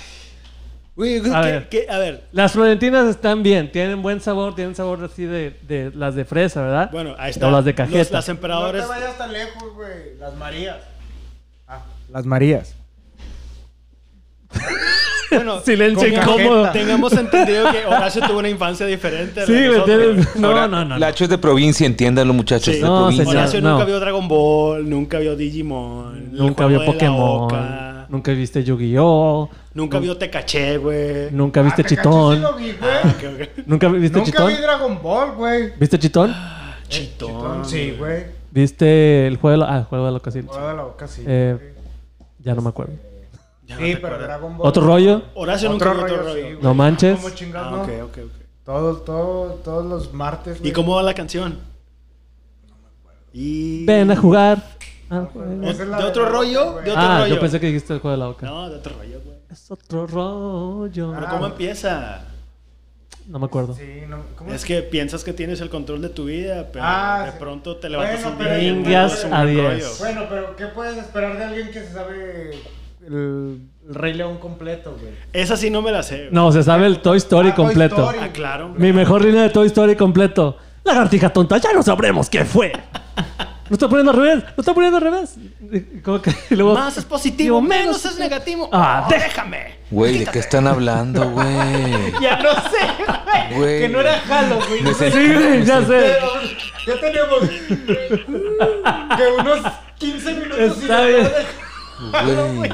[SPEAKER 4] Güey, ¿qué-
[SPEAKER 1] A
[SPEAKER 4] qué-
[SPEAKER 1] ver.
[SPEAKER 4] qué- a ver.
[SPEAKER 1] Las florentinas están bien, tienen buen sabor, tienen sabor así de, de las de fresa, ¿verdad?
[SPEAKER 4] Bueno, ahí está.
[SPEAKER 1] O las de
[SPEAKER 4] Los-
[SPEAKER 1] cajeta.
[SPEAKER 4] las em- emperadoras.
[SPEAKER 3] No te vayas tan lejos, güey. Las Marías. Ah, las <laughs> Marías.
[SPEAKER 4] Bueno,
[SPEAKER 1] Silencio
[SPEAKER 4] tenga-
[SPEAKER 1] incómodo.
[SPEAKER 3] Ah,
[SPEAKER 4] Tengamos entendido que Horacio tuvo una infancia diferente. a la
[SPEAKER 1] Sí,
[SPEAKER 4] de
[SPEAKER 1] me
[SPEAKER 4] nosotros.
[SPEAKER 1] tienes- No,
[SPEAKER 2] Ahora,
[SPEAKER 1] no, no. no.
[SPEAKER 2] Lacho es de provincia, entiéndanlo, muchachos.
[SPEAKER 4] Sí.
[SPEAKER 2] es de
[SPEAKER 1] No,
[SPEAKER 2] provincia.
[SPEAKER 1] señor.
[SPEAKER 4] Horacio
[SPEAKER 1] no.
[SPEAKER 4] nunca vio Dragon Ball, nunca vio Digimon, el
[SPEAKER 1] Nunca
[SPEAKER 4] juego
[SPEAKER 1] vio
[SPEAKER 4] de la
[SPEAKER 1] Pokémon,
[SPEAKER 4] Oca,
[SPEAKER 1] nunca viste Yu-Gi-Oh,
[SPEAKER 4] nunca vio Tecaché, güey. Ah,
[SPEAKER 1] nunca
[SPEAKER 3] Ah,
[SPEAKER 1] viste
[SPEAKER 3] Pikachu
[SPEAKER 1] Chitón,
[SPEAKER 3] sí lo vi, güey.
[SPEAKER 4] Ok,
[SPEAKER 3] Eh,
[SPEAKER 4] ok.
[SPEAKER 1] nunca viste
[SPEAKER 3] Nunca
[SPEAKER 1] Chitón,
[SPEAKER 3] vi Dragon Ball, güey.
[SPEAKER 1] viste Chitón,
[SPEAKER 4] Chitón.
[SPEAKER 3] Sí, güey.
[SPEAKER 1] viste el juego de la, ah, el juego de la ocasión.
[SPEAKER 3] Fuera de la boca, sí.
[SPEAKER 1] Eh, ya no me acuerdo.
[SPEAKER 4] Ya no
[SPEAKER 3] sí,
[SPEAKER 4] te
[SPEAKER 3] pero
[SPEAKER 4] acuerdas.
[SPEAKER 3] Dragon Ball.
[SPEAKER 1] Otro rollo,
[SPEAKER 4] Horacio nunca
[SPEAKER 3] Otro
[SPEAKER 4] vio otro
[SPEAKER 3] rollo,
[SPEAKER 4] rollo.
[SPEAKER 3] sí, güey.
[SPEAKER 1] No manches.
[SPEAKER 3] ¿Cómo chingados,
[SPEAKER 4] Ah,
[SPEAKER 3] no?
[SPEAKER 4] ok, ok, ok.
[SPEAKER 3] Todos, todos, todos los martes.
[SPEAKER 4] ¿Y
[SPEAKER 3] güey.
[SPEAKER 4] cómo va la canción? Y...
[SPEAKER 1] ven a jugar. Ah,
[SPEAKER 3] Esa es la
[SPEAKER 4] ¿De otro
[SPEAKER 3] la boca,
[SPEAKER 4] rollo?
[SPEAKER 3] güey. Ah,
[SPEAKER 4] ¿De otro
[SPEAKER 1] ah,
[SPEAKER 4] rollo?
[SPEAKER 1] yo pensé que dijiste el juego de la boca.
[SPEAKER 4] No, de otro rollo, güey.
[SPEAKER 1] Es otro rollo.
[SPEAKER 4] Pero ¿cómo empieza?
[SPEAKER 1] No me acuerdo.
[SPEAKER 3] Sí, no. ¿Cómo
[SPEAKER 4] Es que piensas que tienes el control de tu vida, pero
[SPEAKER 3] Ah,
[SPEAKER 4] de
[SPEAKER 3] sí.
[SPEAKER 4] pronto te levantas
[SPEAKER 3] Bueno,
[SPEAKER 4] un día
[SPEAKER 3] pero-
[SPEAKER 4] y el mundo es
[SPEAKER 1] Ingas
[SPEAKER 4] un
[SPEAKER 1] a
[SPEAKER 4] rollo.
[SPEAKER 1] 10.
[SPEAKER 3] Bueno, pero ¿qué puedes esperar de alguien que se sabe el, el Rey León completo, güey?
[SPEAKER 4] Esa sí no me la sé. güey.
[SPEAKER 1] No, se sabe el Toy Story
[SPEAKER 3] Ah, Toy
[SPEAKER 1] completo.
[SPEAKER 3] Story.
[SPEAKER 4] Ah, claro.
[SPEAKER 1] Mi mejor línea de Toy Story completo. Lagartija tonta, ya no sabremos qué fue. Lo está poniendo al revés, lo está poniendo al revés. Y como que <laughs> y luego-
[SPEAKER 4] Más es positivo,
[SPEAKER 1] Digo,
[SPEAKER 4] menos es negativo.
[SPEAKER 1] Ah,
[SPEAKER 4] Oh,
[SPEAKER 1] de-
[SPEAKER 4] déjame.
[SPEAKER 2] Güey, ¿de qué están hablando, güey?
[SPEAKER 3] Ya no sé,
[SPEAKER 2] Güey.
[SPEAKER 3] Que no era Halloween.
[SPEAKER 2] Me
[SPEAKER 3] güey.
[SPEAKER 2] sentí-
[SPEAKER 1] Sí, güey, ya sé.
[SPEAKER 3] Pero ya tenemos que unos 15 minutos sin
[SPEAKER 1] Está
[SPEAKER 3] hablar
[SPEAKER 1] bien.
[SPEAKER 3] de-
[SPEAKER 2] Güey.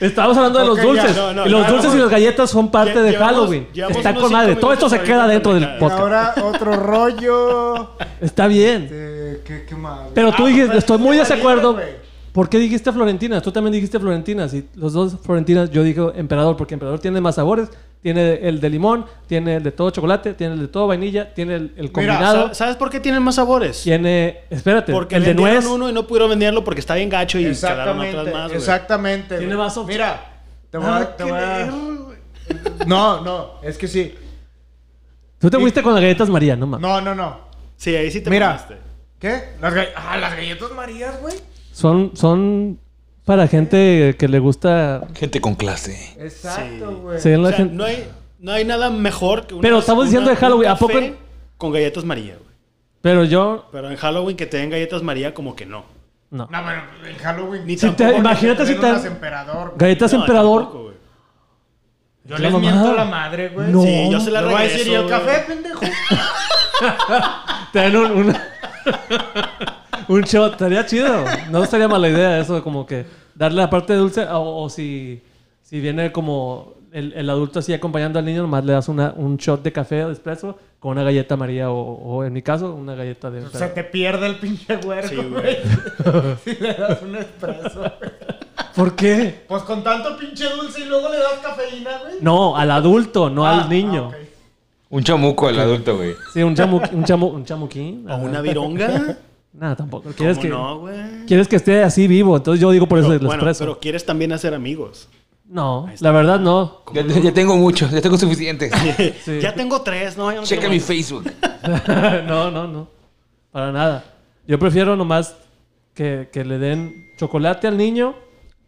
[SPEAKER 1] Estábamos hablando de los
[SPEAKER 3] Ok, ya,
[SPEAKER 1] dulces.
[SPEAKER 4] no, no,
[SPEAKER 1] y los
[SPEAKER 4] ya,
[SPEAKER 1] dulces
[SPEAKER 4] no.
[SPEAKER 1] y las galletas son parte
[SPEAKER 4] Lle-
[SPEAKER 1] de
[SPEAKER 4] llevamos-
[SPEAKER 1] Halloween.
[SPEAKER 4] llevamos
[SPEAKER 1] Está
[SPEAKER 4] unos
[SPEAKER 1] con madre.
[SPEAKER 4] cinco
[SPEAKER 1] Todo esto se
[SPEAKER 4] minutos
[SPEAKER 1] queda
[SPEAKER 4] ahorita
[SPEAKER 1] dentro del
[SPEAKER 4] platicando.
[SPEAKER 1] podcast.
[SPEAKER 3] Ahora otro rollo.
[SPEAKER 1] Está bien.
[SPEAKER 3] Eh, ¿Qué, qué más? güey?
[SPEAKER 1] Pero tú
[SPEAKER 3] Ah,
[SPEAKER 1] dijiste,
[SPEAKER 4] pues,
[SPEAKER 3] pero
[SPEAKER 1] estoy muy
[SPEAKER 3] es que
[SPEAKER 1] desacuerdo.
[SPEAKER 3] valiente, güey.
[SPEAKER 1] ¿Por qué dijiste Florentinas? Tú también dijiste Florentinas. Y los dos Florentinas, yo dije Emperador, porque Emperador tiene más sabores. Tiene el de limón, tiene el de todo chocolate, tiene el de todo vainilla, tiene el, el combinado.
[SPEAKER 4] Sa- ¿Sabes por qué tienen más sabores?
[SPEAKER 1] tiene, espérate,
[SPEAKER 4] Porque
[SPEAKER 1] el de
[SPEAKER 4] vendieron
[SPEAKER 1] nuez.
[SPEAKER 4] uno y no pudieron venderlo porque está bien gacho y quedaron atrás
[SPEAKER 3] Exactamente.
[SPEAKER 4] más. güey.
[SPEAKER 3] exactamente.
[SPEAKER 1] Tiene Ah,
[SPEAKER 3] güey.
[SPEAKER 1] más opción.
[SPEAKER 3] Mira, te voy a. te voy a- No, no, es que sí.
[SPEAKER 1] Tú te fuiste con las galletas María, no mames.
[SPEAKER 3] No, no, no.
[SPEAKER 4] Sí, ahí sí te
[SPEAKER 3] Mira.
[SPEAKER 4] mamaste.
[SPEAKER 3] ¿Qué? Las gall- ah, las galletas Marías, güey.
[SPEAKER 1] Son, son para gente que le gusta.
[SPEAKER 2] Gente con clase.
[SPEAKER 4] Sí.
[SPEAKER 3] Exacto, güey.
[SPEAKER 1] se ven
[SPEAKER 4] O
[SPEAKER 1] la
[SPEAKER 4] sea,
[SPEAKER 1] gente-
[SPEAKER 4] no, hay, no hay nada mejor que una-
[SPEAKER 1] Pero estamos diciendo
[SPEAKER 4] una-
[SPEAKER 1] de Halloween,
[SPEAKER 4] un
[SPEAKER 1] ¿a poco
[SPEAKER 4] café
[SPEAKER 1] en-
[SPEAKER 4] Con galletas María, güey.
[SPEAKER 1] Pero yo,
[SPEAKER 4] Pero en Halloween que te den galletas María, como que no.
[SPEAKER 1] no.
[SPEAKER 3] No, pero en Halloween.
[SPEAKER 4] Ni
[SPEAKER 3] Ni
[SPEAKER 1] Si te- imagínate si te.
[SPEAKER 3] emperador. güey.
[SPEAKER 1] Galletas
[SPEAKER 4] No,
[SPEAKER 1] Emperador.
[SPEAKER 4] tampoco, güey.
[SPEAKER 3] Yo
[SPEAKER 1] la
[SPEAKER 3] les
[SPEAKER 1] mamá.
[SPEAKER 3] miento la madre, güey.
[SPEAKER 1] No.
[SPEAKER 4] Sí, yo se la
[SPEAKER 3] Le voy a decir, ¿y
[SPEAKER 4] regreso,
[SPEAKER 3] el
[SPEAKER 4] güey.
[SPEAKER 3] café, pendejo?
[SPEAKER 1] Te dan un- una- <laughs> un shot, estaría chido. No sería mala idea eso, como que darle la parte dulce o, o si, si viene como el, el adulto así acompañando al niño, nomás le das una, un shot de café o de espresso con una galleta amarilla o, o en mi caso, una galleta de...
[SPEAKER 3] Se te pierde el pinche güero,
[SPEAKER 4] Sí,
[SPEAKER 3] güey. <laughs>
[SPEAKER 4] güey.
[SPEAKER 3] si le das un espresso, güey.
[SPEAKER 1] ¿Por qué?
[SPEAKER 3] Pues con tanto pinche dulce y luego le das cafeína, güey.
[SPEAKER 1] No, al adulto, no al niño.
[SPEAKER 3] ah, ok.
[SPEAKER 2] Un chamuco al adulto, güey.
[SPEAKER 1] Sí, un, chamu, un, chamu, un chamuquín.
[SPEAKER 4] <laughs> ¿O una vironga?
[SPEAKER 1] Nada, tampoco. <laughs> ¿Quieres
[SPEAKER 4] ¿Cómo
[SPEAKER 1] que,
[SPEAKER 4] no, güey?
[SPEAKER 1] quieres que esté así vivo, entonces yo digo por eso
[SPEAKER 4] Pero,
[SPEAKER 1] el
[SPEAKER 4] bueno,
[SPEAKER 1] espresso.
[SPEAKER 4] pero quieres también hacer amigos.
[SPEAKER 1] No, la verdad no.
[SPEAKER 2] Ya, ya tengo mucho, ya tengo suficiente.
[SPEAKER 1] Sí.
[SPEAKER 4] <laughs> Ya tengo tres, ¿no? Ya no
[SPEAKER 2] <laughs> Checa
[SPEAKER 4] quiero
[SPEAKER 2] mi
[SPEAKER 4] más.
[SPEAKER 2] Facebook.
[SPEAKER 1] <laughs> no, no, no. Para nada. Yo prefiero nomás que, que le den chocolate al niño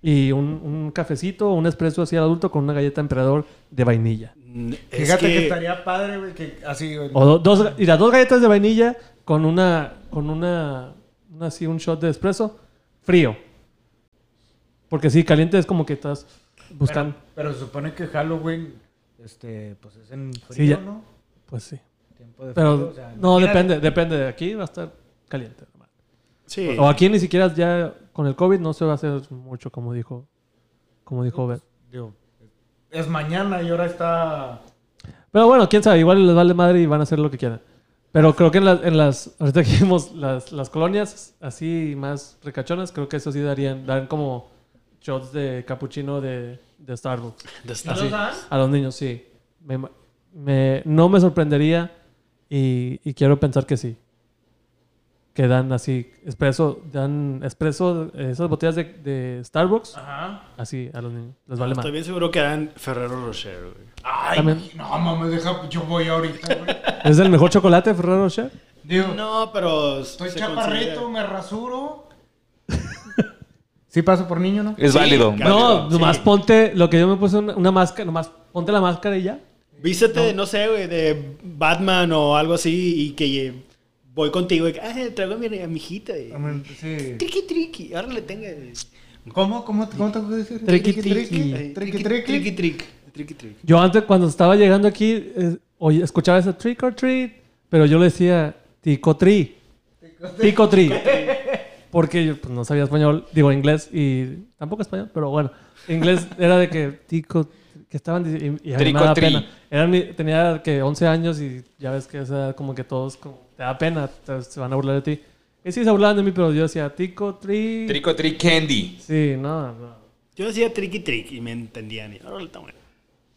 [SPEAKER 1] y un, un cafecito o un espresso así al adulto con una galleta emperador de vainilla.
[SPEAKER 4] Mm, es
[SPEAKER 3] Fíjate que...
[SPEAKER 4] que-
[SPEAKER 3] estaría padre, güey, que así, güey.
[SPEAKER 1] O do- dos, y las dos galletas de vainilla con una, con una, una así, un shot de espresso frío. Porque sí, caliente es como que estás buscando.
[SPEAKER 3] Pero se supone que Halloween, este, pues es en frío,
[SPEAKER 1] Sí, ya-
[SPEAKER 3] ¿no?
[SPEAKER 1] Pues sí.
[SPEAKER 3] Tiempo de frío,
[SPEAKER 1] Pero
[SPEAKER 3] o sea,
[SPEAKER 1] no,
[SPEAKER 3] imagínate.
[SPEAKER 1] depende, depende. Aquí va a estar caliente.
[SPEAKER 4] Sí.
[SPEAKER 1] O aquí ni siquiera ya con el COVID no se va a hacer mucho, como dijo, como dijo Bert.
[SPEAKER 3] Digo, es mañana y ahora está...
[SPEAKER 1] Pero bueno, quién sabe, igual les vale madre y van a hacer lo que quieran. Pero creo que en, las- en las, ahorita que vimos las, las colonias así más recachonas, creo que eso sí darían, dan como shots de capuchino de, de Starbucks.
[SPEAKER 4] De esta-
[SPEAKER 1] Así,
[SPEAKER 3] ¿ah?
[SPEAKER 1] a los niños, sí. Me ima- me- no me sorprendería y, y quiero pensar que sí. Que dan así, expreso, dan expreso esas botellas de, de Starbucks
[SPEAKER 3] Ajá.
[SPEAKER 1] así a los niños. Les vale más.
[SPEAKER 4] Estoy bien seguro que harán Ferrero Rocher, güey.
[SPEAKER 3] Ay,
[SPEAKER 1] También.
[SPEAKER 3] no, mames, deja, yo voy ahorita, güey.
[SPEAKER 1] ¿Es el mejor chocolate, Ferrero Rocher?
[SPEAKER 3] Digo,
[SPEAKER 4] No, pero.
[SPEAKER 3] estoy
[SPEAKER 4] se
[SPEAKER 3] chaparrito,
[SPEAKER 4] considera-
[SPEAKER 3] me rasuro. ¿Sí paso por niño, no?
[SPEAKER 2] Es válido.
[SPEAKER 1] No,
[SPEAKER 2] válido.
[SPEAKER 1] nomás ponte lo que yo me puse una, una máscara, nomás ponte la máscara y ya.
[SPEAKER 4] Vístete, no, sé, güey, de Batman o algo así y que eh, voy contigo y que, ah, traigo a mi, a mi hijita. eh.
[SPEAKER 3] Sí.
[SPEAKER 4] Triqui, triqui, ahora le tenga. eh.
[SPEAKER 3] ¿Cómo? ¿Cómo, cómo te puedo decir?
[SPEAKER 1] Triqui,
[SPEAKER 4] Eh,
[SPEAKER 1] triqui.
[SPEAKER 3] Triqui,
[SPEAKER 4] Triqui,
[SPEAKER 3] triqui.
[SPEAKER 4] triqui. Triqui, triqui.
[SPEAKER 1] Yo antes, cuando estaba llegando aquí, eh, oye, escuchaba ese trick or treat, pero yo le decía tico tri. Tico tri. Porque yo pues, no sabía español, digo inglés y tampoco español, pero bueno. Inglés era de que tico, que estaban dic- y, y a mí me
[SPEAKER 2] Trick
[SPEAKER 1] daba
[SPEAKER 2] or treat.
[SPEAKER 1] pena. Era mi- tenía que 11 años y ya ves que esa edad como que todos como, te da pena, te- se van a burlar de ti. Y sí se burlaban de mí, pero yo decía tico tri.
[SPEAKER 2] Trico tri candy.
[SPEAKER 1] Sí, no, no.
[SPEAKER 4] Yo decía triqui, triqui y me entendían. Y ahora le tengo. eh.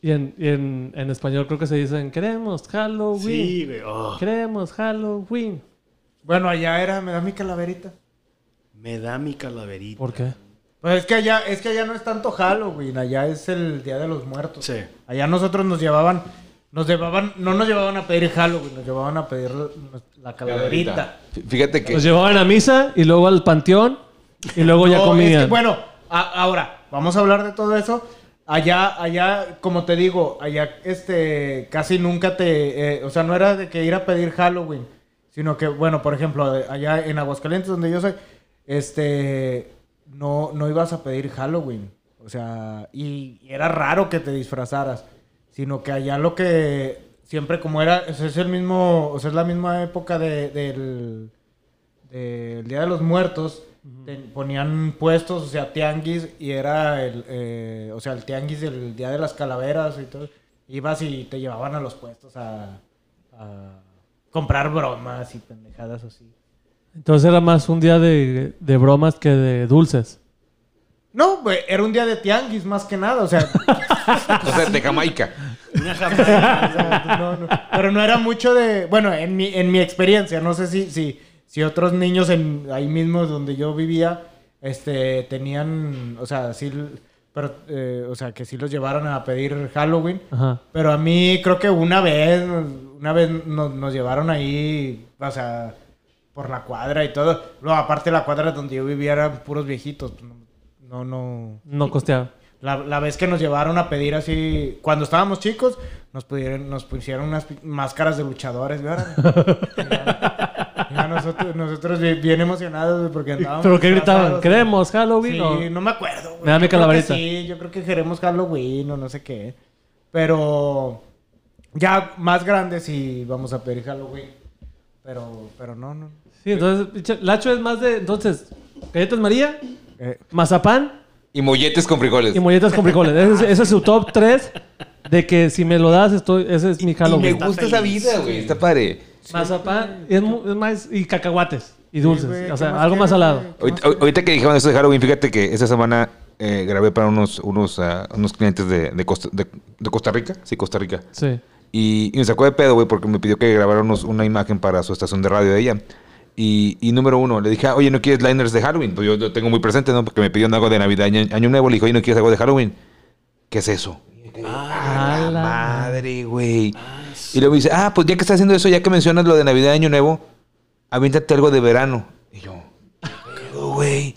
[SPEAKER 1] Y en, y en, en español creo que se dicen queremos Halloween.
[SPEAKER 4] Sí, güey. oh,
[SPEAKER 1] Queremos Halloween.
[SPEAKER 3] Bueno, allá era, me da mi calaverita.
[SPEAKER 4] me da mi calaverita.
[SPEAKER 1] ¿Por qué?
[SPEAKER 3] Pues es que allá, es que allá no es tanto Halloween, allá es el Día de los Muertos.
[SPEAKER 4] Sí.
[SPEAKER 3] Allá nosotros nos llevaban, nos llevaban, no nos llevaban a pedir Halloween, nos llevaban a pedir la calaverita.
[SPEAKER 2] Fíjate que.
[SPEAKER 1] Los llevaban a misa y luego al panteón y luego ya
[SPEAKER 3] <laughs> No, es
[SPEAKER 1] comían.
[SPEAKER 3] que, bueno, a- ahora, vamos a hablar de todo eso. Allá, allá, como te digo, allá este casi nunca te, eh, o sea, no era de que ir a pedir Halloween, sino que, bueno, por ejemplo, de- allá en Aguascalientes, donde yo soy, este no, no ibas a pedir Halloween. O sea, y, y era raro que te disfrazaras. Sino que allá lo que siempre como era, o sea, es el mismo, o sea, es la misma época de- del eh, el Día de los Muertos ten- ponían puestos, o sea, tianguis, y era el, eh, o sea, el tianguis del Día de las Calaveras y todo. Ibas y te llevaban a los puestos a, a comprar bromas y pendejadas así.
[SPEAKER 1] Entonces era más un día de, de bromas que de dulces.
[SPEAKER 3] No, güey, era un día de tianguis más que nada, o sea,
[SPEAKER 2] O sea, de Jamaica.
[SPEAKER 4] Una
[SPEAKER 3] O
[SPEAKER 4] jamaica.
[SPEAKER 3] sea, no, no. Pero no era mucho de. Bueno, en mi, en mi experiencia, no sé si, si, si otros niños en, ahí mismo donde yo vivía este, tenían. O sea, sí. Pero, eh, o sea, que sí los llevaron a pedir Halloween.
[SPEAKER 1] Ajá.
[SPEAKER 3] Pero a mí creo que una vez, una vez nos, nos llevaron ahí, o sea, por la cuadra y todo. Luego, aparte la cuadra donde yo vivía eran puros viejitos. No, no.
[SPEAKER 1] No costeaba.
[SPEAKER 3] La, la vez que nos llevaron a pedir así, cuando estábamos chicos, nos, pidieron, nos pusieron unas pi- máscaras de luchadores, ¿verdad?
[SPEAKER 1] <laughs>
[SPEAKER 3] Ya nosotros, nosotros bi- bien emocionados güey, porque andábamos.
[SPEAKER 1] Pero que gritaban,
[SPEAKER 3] disfrazados.
[SPEAKER 1] ¿queremos Halloween?
[SPEAKER 3] Sí,
[SPEAKER 1] o-
[SPEAKER 3] no me acuerdo. güey.
[SPEAKER 1] Me da mi
[SPEAKER 3] Yo creo que
[SPEAKER 1] calaverita.
[SPEAKER 3] Sí, yo creo que queremos Halloween o no sé qué. Pero ya más grandes sí vamos a pedir Halloween. Pero, pero no, no.
[SPEAKER 1] Sí, Sí, entonces, pinche, Lacho es más de. Entonces, galletas María, Eh, mazapán
[SPEAKER 2] Y molletes con frijoles.
[SPEAKER 1] y molletas con frijoles. Ese, es- ese es su top 3 de que si me lo das, estoy, ese es mi
[SPEAKER 2] y me
[SPEAKER 1] Halloween.
[SPEAKER 2] gusta esa vida, güey. Está padre.
[SPEAKER 1] mazapán y, es, mu- es más, y cacahuates y dulces.
[SPEAKER 3] güey, ¿qué
[SPEAKER 1] o sea,
[SPEAKER 3] más
[SPEAKER 1] algo más
[SPEAKER 3] quieres,
[SPEAKER 1] salado.
[SPEAKER 3] güey?
[SPEAKER 2] Ahorita, ahorita que dijeron eso de Halloween, fíjate que esa semana eh, grabé para unos, unos, ah, unos clientes de, de, Costa, de- de Costa Rica. Sí, Costa Rica.
[SPEAKER 1] Sí.
[SPEAKER 2] Y, y me sacó de pedo, güey, porque me pidió que grabara unos- una imagen para su estación de radio de ella. Y, y número uno, le dije, ah, oye, ¿no quieres liners de Halloween? Pues yo lo tengo muy presente, ¿no? Porque me pidieron algo de Navidad, año, año nuevo. Le dije, oye, ¿no quieres algo de Halloween? ¿Qué es eso?
[SPEAKER 1] A
[SPEAKER 2] ¡Ah,
[SPEAKER 1] la-
[SPEAKER 2] madre, güey. Y luego me dice, ah, pues ya que estás haciendo eso, ya que mencionas lo de Navidad, Año Nuevo, aviéntate algo de verano. Y yo, ¿qué pedo, güey?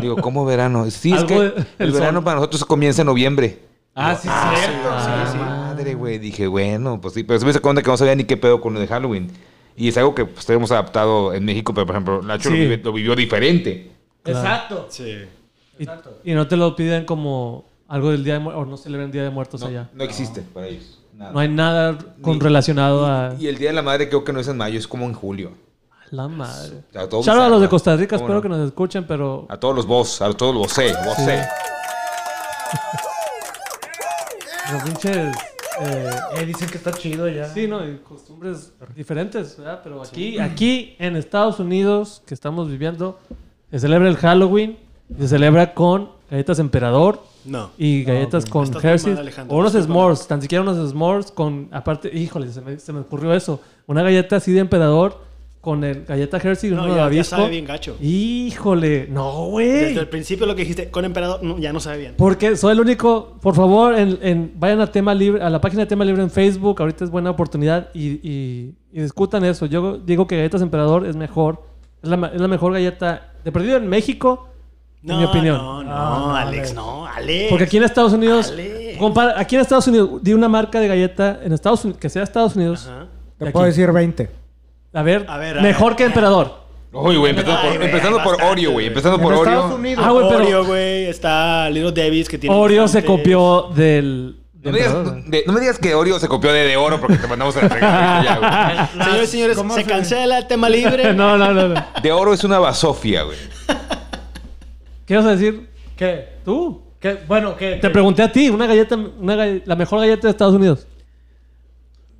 [SPEAKER 2] Digo, ¿cómo verano? Sí, es
[SPEAKER 1] Algo
[SPEAKER 2] que
[SPEAKER 1] de-
[SPEAKER 2] el
[SPEAKER 1] el
[SPEAKER 2] verano
[SPEAKER 1] sol.
[SPEAKER 2] para nosotros comienza en noviembre.
[SPEAKER 1] Ah, sí, cierto.
[SPEAKER 2] Ah, madre, güey. Dije, bueno, pues sí. Pero se me sacó de que no sabía ni qué pedo con lo de Halloween. Y es algo que pues, tenemos adaptado en México, pero por ejemplo, Nacho lo,
[SPEAKER 1] Sí.
[SPEAKER 2] vive- lo vivió diferente.
[SPEAKER 1] Exacto.
[SPEAKER 4] Sí.
[SPEAKER 1] Y,
[SPEAKER 2] Ah,
[SPEAKER 1] y no te lo piden como algo del Día de Muertos, o no celebran Día de Muertos
[SPEAKER 2] No,
[SPEAKER 1] allá.
[SPEAKER 2] no existe para ellos. Nada.
[SPEAKER 1] No hay nada con
[SPEAKER 2] Ni-
[SPEAKER 1] relacionado a
[SPEAKER 2] Y el Día de la Madre creo que no es en mayo, es como en julio.
[SPEAKER 1] la madre.
[SPEAKER 2] O sea, todo
[SPEAKER 1] Shout out a
[SPEAKER 2] bizarro.
[SPEAKER 1] los de Costa Rica,
[SPEAKER 2] ¿Cómo
[SPEAKER 1] espero
[SPEAKER 2] no?
[SPEAKER 1] que nos escuchen, pero
[SPEAKER 2] A todos los vos, a todos los vocé, vocé.
[SPEAKER 1] los pinches eh,
[SPEAKER 5] Eh, dicen que está chido ya.
[SPEAKER 1] sí, no, y costumbres diferentes, ¿verdad? Pero aquí, aquí en Estados Unidos que estamos viviendo se celebra el Halloween, se celebra con galletas emperador
[SPEAKER 4] No.
[SPEAKER 1] y galletas con
[SPEAKER 4] Estás muy
[SPEAKER 1] Hershey's
[SPEAKER 4] mal, Alejandro,
[SPEAKER 1] o unos
[SPEAKER 4] discúlpame.
[SPEAKER 1] s'mores, tan siquiera unos s'mores con aparte, híjole, se me, se me ocurrió eso, una galleta así de emperador con el galleta Hershey y
[SPEAKER 4] No,
[SPEAKER 1] uno de
[SPEAKER 4] ya- ya
[SPEAKER 1] avisco.
[SPEAKER 4] sabe bien gacho.
[SPEAKER 1] Híjole, no, güey.
[SPEAKER 4] Desde el principio lo que dijiste con emperador no, ya no sabe bien.
[SPEAKER 1] Porque soy el único, por favor, en, en- vayan a tema libre, a la página de tema libre en Facebook, ahorita es buena oportunidad y, y- y discutan eso. Yo digo que galletas emperador es mejor, es la, ma- es la mejor galleta de perdido en México,
[SPEAKER 4] No,
[SPEAKER 1] en mi opinión. Ah,
[SPEAKER 4] No, no,
[SPEAKER 5] No, no,
[SPEAKER 4] Alex,
[SPEAKER 5] Alex.
[SPEAKER 4] no, Alex.
[SPEAKER 1] Porque aquí en Estados Unidos,
[SPEAKER 4] Alex.
[SPEAKER 1] compara- aquí en Estados Unidos, di una marca de galleta en Estados Unidos, que sea Estados Unidos.
[SPEAKER 4] Ajá.
[SPEAKER 1] de
[SPEAKER 3] Te puedo
[SPEAKER 1] aquí.
[SPEAKER 3] decir 20.
[SPEAKER 1] A ver,
[SPEAKER 4] A ver, a
[SPEAKER 1] mejor
[SPEAKER 4] ver.
[SPEAKER 1] que emperador.
[SPEAKER 2] Oye, güey, empezando
[SPEAKER 4] Ay,
[SPEAKER 2] por,
[SPEAKER 4] güey,
[SPEAKER 2] empezando
[SPEAKER 4] hay
[SPEAKER 2] por
[SPEAKER 4] bastantes,
[SPEAKER 2] Oreo, güey.
[SPEAKER 4] güey.
[SPEAKER 2] Empezando por
[SPEAKER 3] en
[SPEAKER 2] Oreo.
[SPEAKER 3] Estados Unidos.
[SPEAKER 1] Ah, güey, pero-
[SPEAKER 4] Oreo, güey, está Little Davis que tiene.
[SPEAKER 1] Oreo se
[SPEAKER 4] bastantes.
[SPEAKER 1] copió del...
[SPEAKER 2] No
[SPEAKER 1] del
[SPEAKER 2] me, digas,
[SPEAKER 1] emperador,
[SPEAKER 2] de- no me digas que Oreo se copió de, de oro porque te mandamos a la fregada, ya, güey.
[SPEAKER 4] Señores y señores,
[SPEAKER 3] ¿Cómo
[SPEAKER 4] se
[SPEAKER 3] se-
[SPEAKER 4] cancela el tema
[SPEAKER 1] <laughs>
[SPEAKER 4] libre.
[SPEAKER 1] ¿no? no, no, no, no.
[SPEAKER 2] De oro es una basofia, güey.
[SPEAKER 1] ¿Qué vas a decir?
[SPEAKER 5] ¿Qué?
[SPEAKER 1] ¿Tú?
[SPEAKER 5] ¿Qué? Bueno, ¿qué?
[SPEAKER 1] Te pregunté a ti, una galleta, una gall- la mejor galleta de Estados Unidos.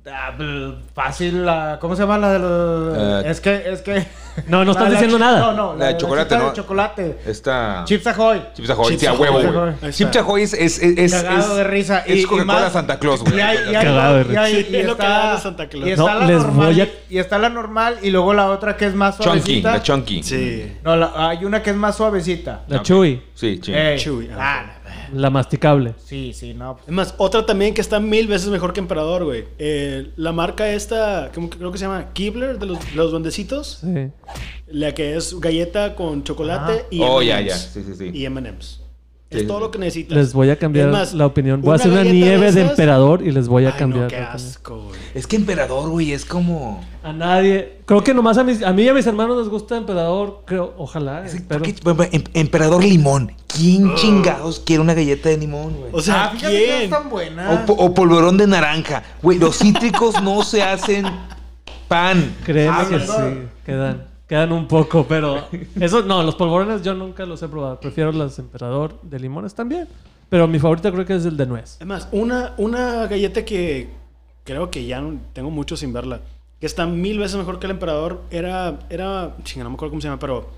[SPEAKER 5] Ah, bl- fácil la... ¿Cómo se llama la de los...?
[SPEAKER 2] Eh,
[SPEAKER 5] es que, es que...
[SPEAKER 1] No, no
[SPEAKER 5] <laughs> La
[SPEAKER 1] estás
[SPEAKER 5] de la
[SPEAKER 1] diciendo
[SPEAKER 5] chi-
[SPEAKER 1] nada.
[SPEAKER 5] No, no.
[SPEAKER 2] La de chocolate,
[SPEAKER 5] chipsa
[SPEAKER 2] ¿no?
[SPEAKER 5] de chocolate.
[SPEAKER 2] Esta.
[SPEAKER 5] Chips Ahoy.
[SPEAKER 2] Chips Ahoy, sí, a
[SPEAKER 4] Chips
[SPEAKER 2] huevo,
[SPEAKER 4] Ahoy.
[SPEAKER 2] güey.
[SPEAKER 4] Ahí está.
[SPEAKER 2] Chips Ahoy es. es, es, es-
[SPEAKER 5] Cagado
[SPEAKER 2] es-
[SPEAKER 5] de risa.
[SPEAKER 2] Es Coca-Cola
[SPEAKER 5] más-
[SPEAKER 2] Santa Claus, güey.
[SPEAKER 5] Y hay, y hay-
[SPEAKER 1] Cagado de
[SPEAKER 5] y hay-
[SPEAKER 4] risa.
[SPEAKER 5] y
[SPEAKER 4] Es lo que da
[SPEAKER 5] está,
[SPEAKER 4] de Santa Claus.
[SPEAKER 5] y está
[SPEAKER 1] No,
[SPEAKER 5] la
[SPEAKER 1] les
[SPEAKER 5] normal,
[SPEAKER 1] voy a-
[SPEAKER 5] y está la normal y luego la otra que es más
[SPEAKER 2] chunky,
[SPEAKER 5] suavecita.
[SPEAKER 2] la Chunky.
[SPEAKER 4] Sí.
[SPEAKER 5] No, la- hay una que es más suavecita.
[SPEAKER 1] La
[SPEAKER 2] Ok.
[SPEAKER 1] Chuy,
[SPEAKER 2] Sí, sí.
[SPEAKER 3] Eh.
[SPEAKER 5] Ey.
[SPEAKER 4] Chewy, ah,
[SPEAKER 5] Ah,
[SPEAKER 1] la masticable.
[SPEAKER 5] sí, sí, no. pues.
[SPEAKER 4] Es más, otra también que está mil veces mejor que Emperador, güey. Eh, la marca esta, ¿cómo que- creo que se llama Kibler, de los, los duendecitos.
[SPEAKER 1] Sí.
[SPEAKER 4] La que es galleta con chocolate y
[SPEAKER 2] Oh,
[SPEAKER 4] M&M's.
[SPEAKER 2] ya, ya. Sí, sí, sí.
[SPEAKER 4] Y M&M's.
[SPEAKER 2] Sí,
[SPEAKER 4] Es todo
[SPEAKER 2] sí.
[SPEAKER 4] lo que necesitas.
[SPEAKER 1] Les voy a cambiar
[SPEAKER 4] Es más,
[SPEAKER 1] la opinión. Voy a hacer una
[SPEAKER 4] galleta
[SPEAKER 1] nieve de
[SPEAKER 4] esas-
[SPEAKER 1] emperador y les voy a
[SPEAKER 4] Ay,
[SPEAKER 1] cambiar.
[SPEAKER 4] No, qué
[SPEAKER 1] la opinión.
[SPEAKER 4] asco, güey.
[SPEAKER 2] Es que emperador, güey, es como.
[SPEAKER 1] A nadie. Creo que nomás a, mis, a mí y a mis hermanos les gusta emperador. Creo, ojalá.
[SPEAKER 2] es-
[SPEAKER 1] espero.
[SPEAKER 2] ¿por qué- por ejemplo, em- emperador limón. ¿Quién chingados quiere una galleta de limón, güey?
[SPEAKER 4] O sea,
[SPEAKER 5] Ah, fíjate que no es
[SPEAKER 4] ¿quién?
[SPEAKER 5] tan buena.
[SPEAKER 2] O, po- o polvorón de naranja. Güey, los cítricos no se hacen pan.
[SPEAKER 1] Créeme que
[SPEAKER 5] Hablando-
[SPEAKER 1] sí. Ah, pues, Quedan, quedan un poco, pero. <laughs> Eso, no, los polvorones yo nunca los he probado. Prefiero las emperador de limones también. Pero mi favorito creo que es el de nuez.
[SPEAKER 4] Es más, una, una galleta que creo que ya no- tengo mucho sin verla, que está mil veces mejor que el emperador, era, era, chinga, no me acuerdo cómo se llama, pero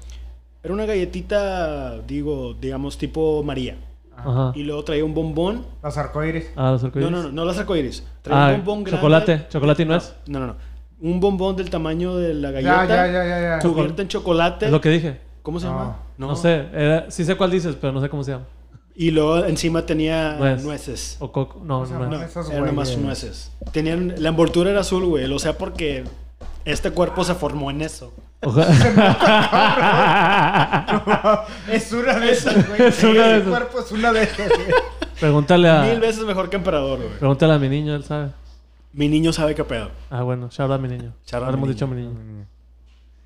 [SPEAKER 4] era una galletita, digo, digamos, tipo María.
[SPEAKER 1] Ajá.
[SPEAKER 4] Ah, Y luego traía un bombón.
[SPEAKER 3] Los arcoíris.
[SPEAKER 1] Ah, los
[SPEAKER 4] No,
[SPEAKER 1] arcoíris.
[SPEAKER 4] no, no, no las arcoíris. Traía
[SPEAKER 1] Ah,
[SPEAKER 4] un bombón grande.
[SPEAKER 1] chocolate. Chocolate y nuez.
[SPEAKER 4] No, no, no. Un bombón del tamaño de la
[SPEAKER 3] Ya,
[SPEAKER 4] galleta.
[SPEAKER 3] ya, ya, ya. ya.
[SPEAKER 4] Cubierta en chocolate.
[SPEAKER 1] Es lo que dije.
[SPEAKER 4] ¿Cómo se
[SPEAKER 3] No.
[SPEAKER 4] llama?
[SPEAKER 1] No, sé, era- sí sé cuál dices, pero no sé cómo se llama.
[SPEAKER 4] Y luego encima tenía
[SPEAKER 1] Nuez.
[SPEAKER 4] Ah, nueces.
[SPEAKER 1] O coco. No, no,
[SPEAKER 3] No.
[SPEAKER 1] no.
[SPEAKER 4] No,
[SPEAKER 3] Esos
[SPEAKER 4] eran nomás
[SPEAKER 3] güeyes.
[SPEAKER 4] nueces. Tenían, la envoltura era azul, güey. O sea, porque este cuerpo se formó
[SPEAKER 1] <laughs>
[SPEAKER 4] en eso. <laughs>
[SPEAKER 1] Ojalá.
[SPEAKER 3] Es una de esas, güey.
[SPEAKER 1] Es una de
[SPEAKER 3] El
[SPEAKER 1] esas.
[SPEAKER 3] cuerpo es una de esas,
[SPEAKER 5] <laughs>
[SPEAKER 3] güey.
[SPEAKER 1] pregúntale
[SPEAKER 4] Mil
[SPEAKER 1] a,
[SPEAKER 4] veces mejor que Emperador, güey.
[SPEAKER 1] pregúntale a mi niño, él sabe.
[SPEAKER 4] Mi niño sabe qué pedo.
[SPEAKER 1] Ah, bueno, shout out a mi niño.
[SPEAKER 4] <laughs> Shout out
[SPEAKER 1] Ahora
[SPEAKER 4] a mi
[SPEAKER 1] hemos
[SPEAKER 4] niño.
[SPEAKER 1] dicho a mi niño.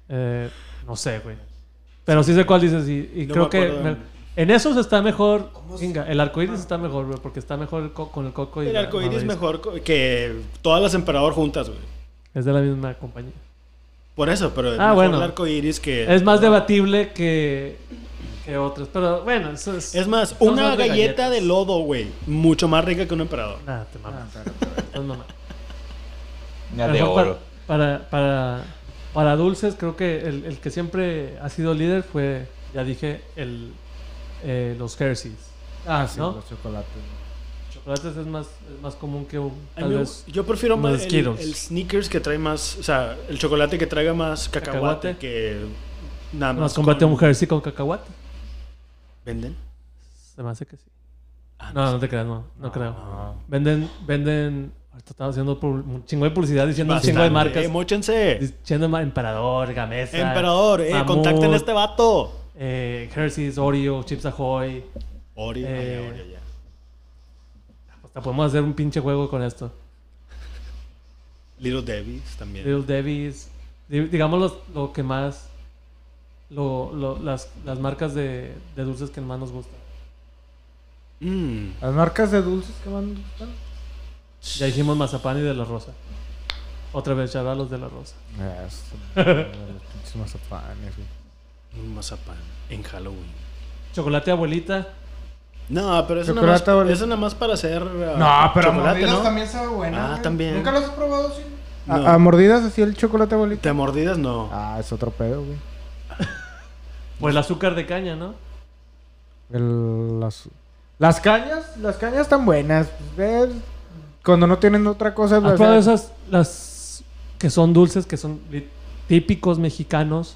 [SPEAKER 1] Eh, no sé, güey. Pero sí sé cuál dices y, y
[SPEAKER 4] No
[SPEAKER 1] creo
[SPEAKER 4] me
[SPEAKER 1] que
[SPEAKER 4] acuerdo
[SPEAKER 1] me-
[SPEAKER 4] del-
[SPEAKER 1] en esos está mejor. Venga, el arcoíris está mejor, güey, porque está mejor el co- con el coco y
[SPEAKER 4] El
[SPEAKER 1] la
[SPEAKER 4] arcoíris es
[SPEAKER 1] maíz.
[SPEAKER 4] mejor co- que todas las Emperador juntas, güey.
[SPEAKER 1] Es de la misma compañía.
[SPEAKER 4] Por eso, pero
[SPEAKER 1] Ah,
[SPEAKER 4] mejor
[SPEAKER 1] bueno.
[SPEAKER 4] el arco iris que.
[SPEAKER 1] Es más debatible que, que otros. Pero bueno, eso es.
[SPEAKER 4] Es más,
[SPEAKER 1] son
[SPEAKER 4] una
[SPEAKER 1] más de
[SPEAKER 4] galleta
[SPEAKER 1] galletas.
[SPEAKER 4] de lodo, güey. Mucho más rica que un emperador.
[SPEAKER 1] Nah, te mamas. Estás mamá.
[SPEAKER 2] Una de
[SPEAKER 1] Mejor pa-
[SPEAKER 2] oro.
[SPEAKER 1] Para, para, para dulces, creo que el, el que siempre ha sido líder fue, ya dije, el, eh, los Hershey's.
[SPEAKER 3] Ah, sí,
[SPEAKER 1] ¿No?
[SPEAKER 3] los chocolates.
[SPEAKER 1] Chocolates es más, es más común que un.
[SPEAKER 4] A
[SPEAKER 1] Tal
[SPEAKER 4] mí me-
[SPEAKER 1] vez.
[SPEAKER 4] yo prefiero
[SPEAKER 1] unos
[SPEAKER 4] más el,
[SPEAKER 1] Skittles.
[SPEAKER 4] el sneakers que trae más, o sea, el chocolate que traiga más cacahuate,
[SPEAKER 1] Cacahuate.
[SPEAKER 4] que nada más.
[SPEAKER 1] Nos combate a
[SPEAKER 4] con-
[SPEAKER 1] un Hershey con cacahuate.
[SPEAKER 4] ¿Venden?
[SPEAKER 1] Se me hace que sí. Ah, No, no te creas, no, no creo. Venden, venden. ahorita Estaba haciendo pub- un chingo de publicidad diciendo un chingo de
[SPEAKER 4] Bastante.
[SPEAKER 1] marcas.
[SPEAKER 4] Eh, móchense.
[SPEAKER 1] Diciendo ma- emperador, gamesa.
[SPEAKER 4] Emperador, eh,
[SPEAKER 1] Mamut,
[SPEAKER 4] contacten a este vato.
[SPEAKER 1] eh, Hershey's, Oreo, Chips Ahoy.
[SPEAKER 4] Ori, ay,
[SPEAKER 1] Eh,
[SPEAKER 4] Ori, ya.
[SPEAKER 1] Hasta podemos hacer un pinche juego con esto.
[SPEAKER 4] Little Davis también.
[SPEAKER 1] Little Debbie's. Di- Digamos los- lo, que más. lo- lo- las, las marcas de, de dulces que más nos gustan.
[SPEAKER 4] Mm.
[SPEAKER 3] Las marcas de dulces que van. van-
[SPEAKER 1] Ya dijimos mazapán y de la rosa. Otra vez, chaval, los de la rosa.
[SPEAKER 3] Ah, <laughs> esto- los pinches mazapanes, güey.
[SPEAKER 4] Un mazapán en Halloween.
[SPEAKER 1] Chocolate abuelita.
[SPEAKER 4] No, pero eso nada más,
[SPEAKER 3] Chocolate, vale.
[SPEAKER 4] eso nada más para hacer. ah,
[SPEAKER 3] No, pero a
[SPEAKER 4] chocolate,
[SPEAKER 3] mordidas
[SPEAKER 4] ¿no?
[SPEAKER 3] también sabe bueno.
[SPEAKER 4] Ah,
[SPEAKER 3] güey.
[SPEAKER 4] también.
[SPEAKER 3] ¿Nunca los has probado, sí?
[SPEAKER 4] No.
[SPEAKER 3] A, a mordidas así el chocolate abuelita.
[SPEAKER 4] Te mordidas, no.
[SPEAKER 3] Ah, es otro pedo, güey.
[SPEAKER 1] Pues el azúcar de caña, ¿no?
[SPEAKER 3] El- las, las cañas, las cañas están buenas. pues, ¿ves? Cuando no tienen otra cosa,
[SPEAKER 1] ¿Has
[SPEAKER 3] las-
[SPEAKER 1] probado esas las que son dulces, que son li- típicos mexicanos?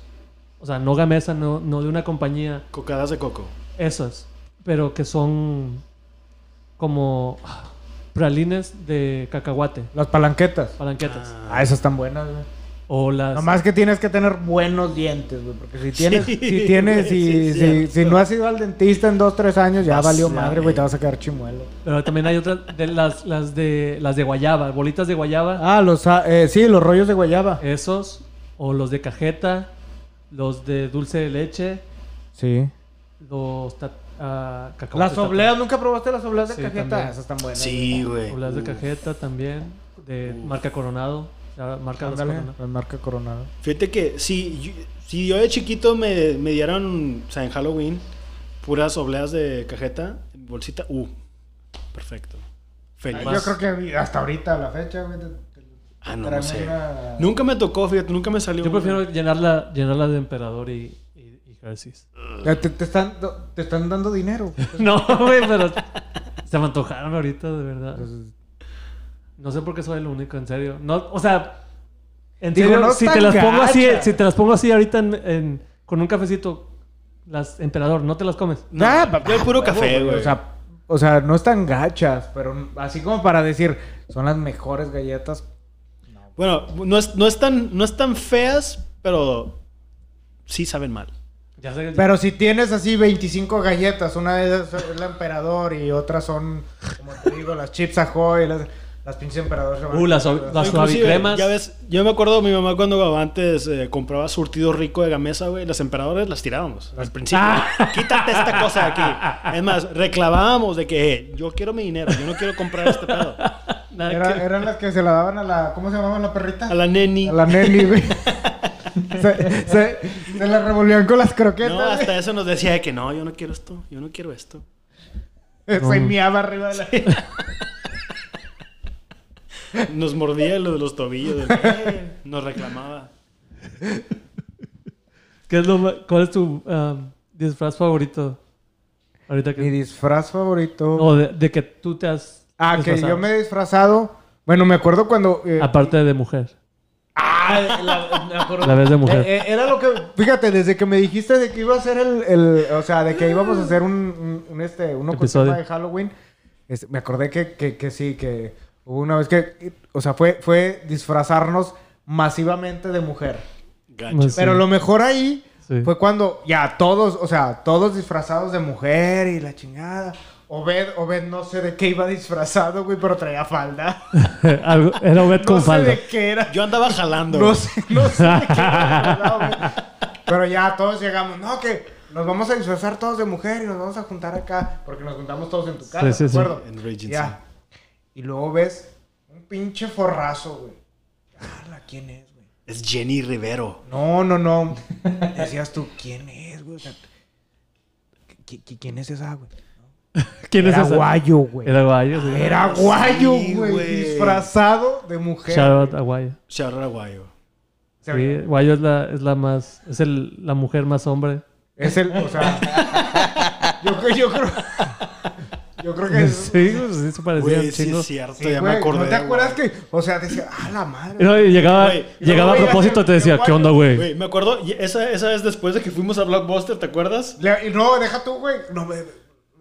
[SPEAKER 1] O sea, no gamesa, no, no de una compañía.
[SPEAKER 4] Cocadas de coco.
[SPEAKER 1] Esas. Pero que son como ah, pralines de cacahuate,
[SPEAKER 3] las palanquetas.
[SPEAKER 1] palanquetas.
[SPEAKER 3] Ah, esas están buenas, güey.
[SPEAKER 1] O las...
[SPEAKER 3] Nomás que tienes que tener buenos dientes, güey. Porque si tienes,
[SPEAKER 4] Sí,
[SPEAKER 3] si tienes,
[SPEAKER 4] sí,
[SPEAKER 3] si,
[SPEAKER 4] es
[SPEAKER 3] si,
[SPEAKER 4] cierto.
[SPEAKER 3] si no has ido al dentista en dos, tres años, ya
[SPEAKER 4] Vas
[SPEAKER 3] valió
[SPEAKER 4] a
[SPEAKER 3] madre,
[SPEAKER 4] ver.
[SPEAKER 3] güey. Te vas a quedar chimuelo.
[SPEAKER 1] Pero también hay otras, de las, las, de, las de guayaba, bolitas de guayaba.
[SPEAKER 3] Ah, los, ah, eh, sí, los rollos de guayaba.
[SPEAKER 4] Eh,
[SPEAKER 1] Esos. O los de cajeta. Los de dulce de leche.
[SPEAKER 3] Sí.
[SPEAKER 1] Los... ta- ah, cacahuates
[SPEAKER 3] Las
[SPEAKER 1] tatadas.
[SPEAKER 3] obleas, ¿nunca probaste las obleas de
[SPEAKER 1] Sí,
[SPEAKER 3] cajeta?
[SPEAKER 1] también.
[SPEAKER 3] Esas están buenas.
[SPEAKER 4] Sí, güey.
[SPEAKER 1] Obleas de cajeta también, de marca Coronado. la marca las
[SPEAKER 3] Ándale,
[SPEAKER 1] Corona.
[SPEAKER 3] la marca Coronado.
[SPEAKER 4] Fíjate que si, yo- si yo de chiquito me, me dieron, o sea, en Halloween, puras obleas de cajeta, bolsita, uh, perfecto. Feliz.
[SPEAKER 1] Más-
[SPEAKER 3] Yo creo que hasta ahorita, la fecha, güey. te- te-
[SPEAKER 4] Ah, no, no
[SPEAKER 3] traen
[SPEAKER 4] sé.
[SPEAKER 3] una-
[SPEAKER 4] Nunca me tocó, fíjate, nunca me salió.
[SPEAKER 1] Yo
[SPEAKER 4] una.
[SPEAKER 1] prefiero llenarla, llenarla de emperador y, y, y Hershey's.
[SPEAKER 3] Ya Te, te están, do- te están dando dinero.
[SPEAKER 1] <laughs> No, güey, pero se me antojaron ahorita, de verdad. Pues, No sé por qué soy el único, en serio. No, o sea, en
[SPEAKER 3] Digo,
[SPEAKER 1] serio,
[SPEAKER 3] no
[SPEAKER 1] si te
[SPEAKER 3] tan
[SPEAKER 1] las pongo así,
[SPEAKER 3] gacha.
[SPEAKER 1] si te las pongo así ahorita en- en- con un cafecito, las emperador, no te las comes.
[SPEAKER 4] No, yo el puro café, güey.
[SPEAKER 3] O sea, o sea, no están gachas, pero así como para decir, son las mejores galletas.
[SPEAKER 4] Bueno, no, es, no, están, no están feas, pero sí saben mal.
[SPEAKER 1] Ya sé,
[SPEAKER 3] Pero si tienes así 25 galletas, una de esas es la emperador y otras son, como te digo, las chips ahoy, las, las pinches emperador. se van a-
[SPEAKER 1] Uh, las ob- las-
[SPEAKER 4] Inclusive,
[SPEAKER 1] suavicremas.
[SPEAKER 4] Ya ves, yo me acuerdo de mi mamá cuando antes eh, compraba surtido rico de gamesa, güey. Las emperadoras las tirábamos al principio. <laughs> Quítate esta cosa de aquí. Es más, reclamábamos de que eh, yo quiero mi dinero, yo no quiero comprar este pedo.
[SPEAKER 1] nada
[SPEAKER 3] Era-
[SPEAKER 1] que-
[SPEAKER 3] eran las que se la daban a la, ¿cómo se llamaba la perrita?
[SPEAKER 4] A la neni.
[SPEAKER 3] A la
[SPEAKER 1] <laughs>
[SPEAKER 3] Nelly, güey. se, se, se la revolvían con las croquetas.
[SPEAKER 4] No, hasta eso nos decía de que no, yo no quiero esto, yo no quiero esto.
[SPEAKER 3] güey. Se miaba arriba de la...
[SPEAKER 4] Nos mordía lo de los tobillos. de que, <laughs> eh, nos reclamaba.
[SPEAKER 1] ¿Qué es lo ma- ¿Cuál es tu um, disfraz favorito? Ahorita que...
[SPEAKER 3] Mi disfraz favorito.
[SPEAKER 1] No, de, de que tú te has.
[SPEAKER 3] Ah, que
[SPEAKER 1] disfrazado.
[SPEAKER 3] yo me he disfrazado. Bueno, me acuerdo cuando. eh,
[SPEAKER 1] Aparte de mujer.
[SPEAKER 3] ah, la- me acuerdo.
[SPEAKER 1] La vez de mujer.
[SPEAKER 3] Eh, eh, era lo que. Fíjate, desde que me dijiste de que iba a ser el. el- o sea, de que íbamos a hacer un. un- un este, uno con
[SPEAKER 1] Episodio.
[SPEAKER 3] tema de Halloween. este, me acordé que, que, que sí, que hubo una vez que. O sea, fue, fue disfrazarnos masivamente de mujer.
[SPEAKER 4] Gacho.
[SPEAKER 1] Sí.
[SPEAKER 3] Pero lo mejor ahí
[SPEAKER 1] Sí.
[SPEAKER 3] fue cuando ya todos, o sea, todos disfrazados de mujer y la chingada. Obed, Obed no sé de qué iba disfrazado, güey, pero traía falda.
[SPEAKER 1] <laughs>
[SPEAKER 3] <laughs>
[SPEAKER 1] Algo- era Obed
[SPEAKER 3] No
[SPEAKER 1] con
[SPEAKER 3] sé
[SPEAKER 1] falda.
[SPEAKER 3] de qué era.
[SPEAKER 4] Yo andaba jalando.
[SPEAKER 3] No sé, no sé de
[SPEAKER 1] <laughs>
[SPEAKER 3] qué era, la verdad, güey. Pero ya todos llegamos, no, que nos vamos a disfrazar todos de mujer y nos vamos a juntar acá. Porque nos juntamos todos en tu casa,
[SPEAKER 1] Sí, sí,
[SPEAKER 3] ¿de
[SPEAKER 1] sí.
[SPEAKER 3] acuerdo?
[SPEAKER 4] En Regency.
[SPEAKER 3] Ya. Y luego ves un pinche forrazo, güey. Ala, ¿quién es, güey?
[SPEAKER 4] Es Jenny Rivero.
[SPEAKER 3] No, no, no. <laughs> Decías tú, ¿quién es, güey? O sea, ¿qui- qui- ¿Quién es esa, güey?
[SPEAKER 1] ¿Quién
[SPEAKER 3] Era
[SPEAKER 1] es esa?
[SPEAKER 3] guayo, güey.
[SPEAKER 1] Era guayo, sí.
[SPEAKER 3] Era guayo,
[SPEAKER 4] Sí,
[SPEAKER 3] güey.
[SPEAKER 4] güey.
[SPEAKER 3] Disfrazado de mujer.
[SPEAKER 1] Shout out a guayo.
[SPEAKER 4] Charra Guayo.
[SPEAKER 3] Se
[SPEAKER 1] Sí,
[SPEAKER 3] ve-
[SPEAKER 1] guayo es la, es la más. Es el, la mujer más hombre.
[SPEAKER 3] Es el, o sea. yo, creo- yo creo. Yo creo que <laughs> es.
[SPEAKER 1] <laughs> Sí, pues, sí se parecía
[SPEAKER 4] Güey,
[SPEAKER 1] un
[SPEAKER 4] sí
[SPEAKER 1] chingo.
[SPEAKER 4] es cierto,
[SPEAKER 3] Sí,
[SPEAKER 4] ya
[SPEAKER 3] güey,
[SPEAKER 4] me acordé.
[SPEAKER 3] ¿No te acuerdas
[SPEAKER 4] güey.
[SPEAKER 3] que.? O sea, decía, ah, la madre.
[SPEAKER 1] Y no, y llegaba
[SPEAKER 4] Güey, y
[SPEAKER 1] llegaba a
[SPEAKER 3] luego,
[SPEAKER 1] propósito y te
[SPEAKER 3] güey,
[SPEAKER 1] decía,
[SPEAKER 3] hace-
[SPEAKER 1] ¿qué onda, güey?
[SPEAKER 4] Güey, me acuerdo, y esa, esa es después de que fuimos a Blockbuster, ¿te acuerdas?
[SPEAKER 3] Le- y no, deja tú, güey. No me.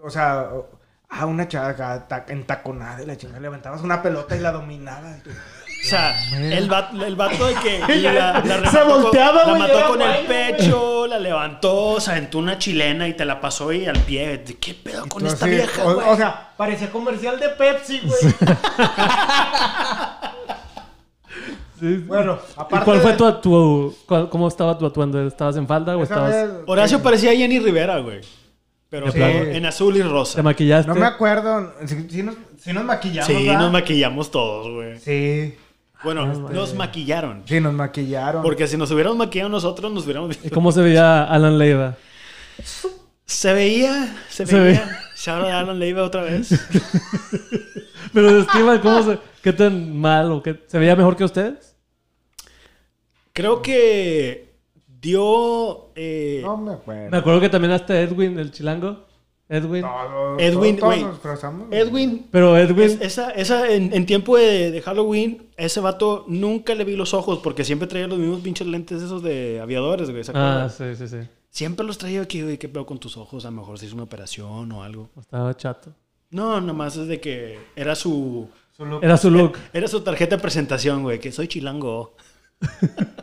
[SPEAKER 3] O sea. o- Ah, una chava acá ta- en taconada y la chingada levantabas una pelota y la dominabas.
[SPEAKER 4] O sea, el, va- el vato de
[SPEAKER 3] <laughs>
[SPEAKER 4] que y la, la
[SPEAKER 3] Se
[SPEAKER 4] remató con-
[SPEAKER 3] volteaba,
[SPEAKER 4] la
[SPEAKER 3] güey,
[SPEAKER 4] mató
[SPEAKER 3] era
[SPEAKER 4] con el
[SPEAKER 3] guay, güey.
[SPEAKER 4] pecho, la levantó, o sea, aventó una chilena y te la pasó y al pie. ¿De ¿Qué pedo con
[SPEAKER 3] No
[SPEAKER 4] esta
[SPEAKER 3] sé,
[SPEAKER 4] vieja,
[SPEAKER 3] o-
[SPEAKER 4] güey?
[SPEAKER 3] o, sea, parecía comercial de Pepsi, güey.
[SPEAKER 1] Sí, sí.
[SPEAKER 3] bueno,
[SPEAKER 1] ¿Y
[SPEAKER 3] aparte.
[SPEAKER 1] cuál fue
[SPEAKER 3] de-
[SPEAKER 1] tu, tu- cuál- ¿Cómo estaba tu atuendo? ¿Estabas en falda o
[SPEAKER 3] esa
[SPEAKER 1] estabas.?
[SPEAKER 3] vez-
[SPEAKER 4] Horacio parecía Jenny Rivera, güey. Pero
[SPEAKER 1] Sí.
[SPEAKER 4] en azul y rosa.
[SPEAKER 1] ¿Te maquillaste?
[SPEAKER 3] No me acuerdo. Si, nos, sí nos maquillamos.
[SPEAKER 4] Sí,
[SPEAKER 3] ¿verdad? Ah,
[SPEAKER 4] nos maquillamos todos, güey.
[SPEAKER 3] Sí,
[SPEAKER 4] Bueno, nos maquillaron.
[SPEAKER 3] sí, nos maquillaron.
[SPEAKER 4] Porque si nos hubiéramos maquillado nosotros, nos hubiéramos
[SPEAKER 1] ¿Y
[SPEAKER 4] <laughs> visto.
[SPEAKER 1] cómo se veía Alan Leiva?
[SPEAKER 4] Se veía, se
[SPEAKER 1] Se
[SPEAKER 4] veía.
[SPEAKER 1] veía.
[SPEAKER 4] Shout out a Alan Leiva otra vez.
[SPEAKER 1] Pero describa cómo se. ¿Qué tan mal o qué. ¿Se veía mejor que ustedes?
[SPEAKER 4] Creo que dio. eh,
[SPEAKER 3] No me
[SPEAKER 1] Me
[SPEAKER 3] acuerdo.
[SPEAKER 1] acuerdo que también hasta Edwin, el chilango. Edwin.
[SPEAKER 3] Todos-
[SPEAKER 4] Edwin,
[SPEAKER 3] todos
[SPEAKER 4] güey.
[SPEAKER 3] nos disfrazamos.
[SPEAKER 4] Edwin.
[SPEAKER 1] Pero Edwin.
[SPEAKER 4] es- esa, esa, en, en tiempo de, de Halloween, a ese vato nunca le vi los ojos porque siempre traía los mismos pinches lentes esos de aviadores, güey. ¿se
[SPEAKER 1] ah,
[SPEAKER 4] acuerdan?
[SPEAKER 1] sí, sí, sí.
[SPEAKER 4] Siempre los traía aquí, güey, qué pedo con tus ojos, a lo mejor se hizo una operación o algo.
[SPEAKER 1] Estaba chato.
[SPEAKER 4] No, nomás es de que era su
[SPEAKER 1] Era su
[SPEAKER 4] <laughs>
[SPEAKER 1] look.
[SPEAKER 4] Era su tarjeta de presentación, güey, que soy chilango.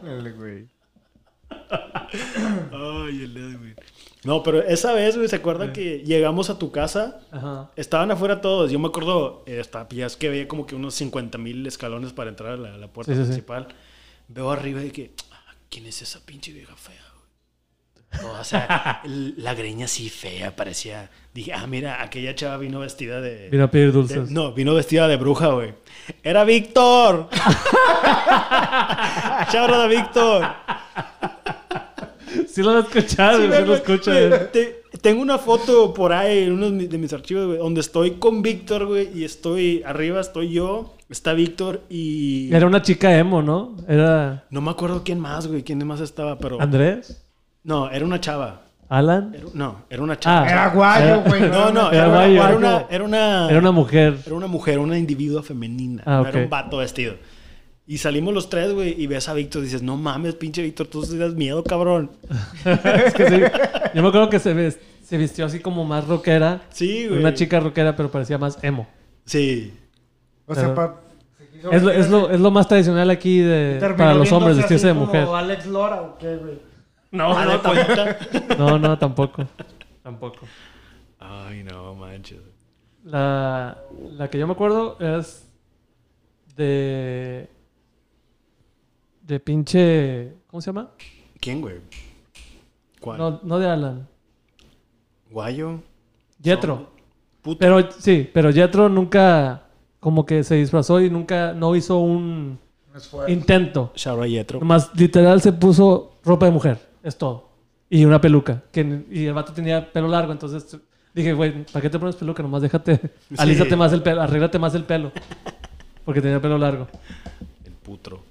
[SPEAKER 3] El güey.
[SPEAKER 4] Ay, el Edwin. No, pero esa vez, güey, ¿se acuerda que llegamos a tu casa?
[SPEAKER 1] Ajá.
[SPEAKER 4] Estaban afuera todos. Yo me acuerdo, eh, hasta ya es que veía como que unos 50 mil escalones para entrar a la, la puerta
[SPEAKER 1] Sí, sí, sí.
[SPEAKER 4] principal. Veo arriba de que, "Ah, ¿quién es esa pinche vieja fea, güey? No, o
[SPEAKER 1] <laughs>
[SPEAKER 4] sea, l- la greña sí fea parecía. Dije, ah, mira, aquella chava vino vestida de...
[SPEAKER 1] Vino a pedir
[SPEAKER 4] de-
[SPEAKER 1] dulces.
[SPEAKER 4] Eh, no, vino vestida de bruja, güey. ¡Era Víctor! <laughs> ¡Chabra de Víctor!
[SPEAKER 1] Sí lo he escuchado, sí, Ah, lo escucho.
[SPEAKER 4] Te- te- tengo una foto por ahí en uno de mis- de mis archivos, güey, donde estoy con Víctor, güey, y estoy arriba, estoy yo, está Víctor y...
[SPEAKER 1] Era una chica emo, ¿no? Era
[SPEAKER 4] No me acuerdo quién más, güey, quién más estaba, pero...
[SPEAKER 1] Andrés,
[SPEAKER 4] No, era una chava.
[SPEAKER 1] Alan. Ah,
[SPEAKER 4] Era- No, era una chava.
[SPEAKER 3] Era guayo, güey.
[SPEAKER 4] no, no, era,
[SPEAKER 1] era
[SPEAKER 4] una,
[SPEAKER 1] guayo.
[SPEAKER 4] era una... Era una...
[SPEAKER 1] Era una mujer. <laughs>
[SPEAKER 4] era una mujer, una individua femenina.
[SPEAKER 1] Ah,
[SPEAKER 4] No era
[SPEAKER 1] ok.
[SPEAKER 4] un vato vestido. Y salimos los tres, güey, y ves a Víctor y dices, no mames, pinche Víctor, tú sí das miedo,
[SPEAKER 1] <laughs>
[SPEAKER 4] cabrón.
[SPEAKER 1] Es que sí. Yo me acuerdo que se, ves- se vistió así como más rockera.
[SPEAKER 4] Sí, güey.
[SPEAKER 1] Una chica rockera, pero parecía más emo.
[SPEAKER 4] Sí.
[SPEAKER 3] O sea,
[SPEAKER 1] Pero-
[SPEAKER 3] pa- se quiso
[SPEAKER 1] Es lo,
[SPEAKER 3] meter-
[SPEAKER 1] es lo, es lo más tradicional aquí de,
[SPEAKER 3] terminó
[SPEAKER 1] para los hombres
[SPEAKER 3] viéndose
[SPEAKER 1] vestirse de
[SPEAKER 3] así
[SPEAKER 1] mujer.
[SPEAKER 3] Como Alex Lora o qué, güey. Ah,
[SPEAKER 4] No, pues, no,
[SPEAKER 3] <laughs>
[SPEAKER 4] cuenta.
[SPEAKER 1] No, no, tampoco. Tampoco.
[SPEAKER 4] Ay, no, manches.
[SPEAKER 1] La, la que yo me acuerdo es de. De pinche. ¿Cómo se llama?
[SPEAKER 4] ¿Quién, güey? ¿Cuál?
[SPEAKER 1] No, no de Alan.
[SPEAKER 4] ¿Guayo?
[SPEAKER 1] Jetro.
[SPEAKER 4] Puto.
[SPEAKER 1] Pero sí, pero Jetro nunca. Como que se disfrazó y nunca. No hizo un
[SPEAKER 3] Un esfuerzo.
[SPEAKER 1] intento.
[SPEAKER 4] Shout out a Yetro.
[SPEAKER 1] Nomás literal se puso ropa de mujer. Es todo. Y una peluca. Que, y el vato tenía pelo largo. Entonces dije, güey, ¿para qué te pones peluca? Nomás déjate. Alízate más el pelo. Arréglate más el pelo. Porque tenía pelo largo.
[SPEAKER 4] El putro.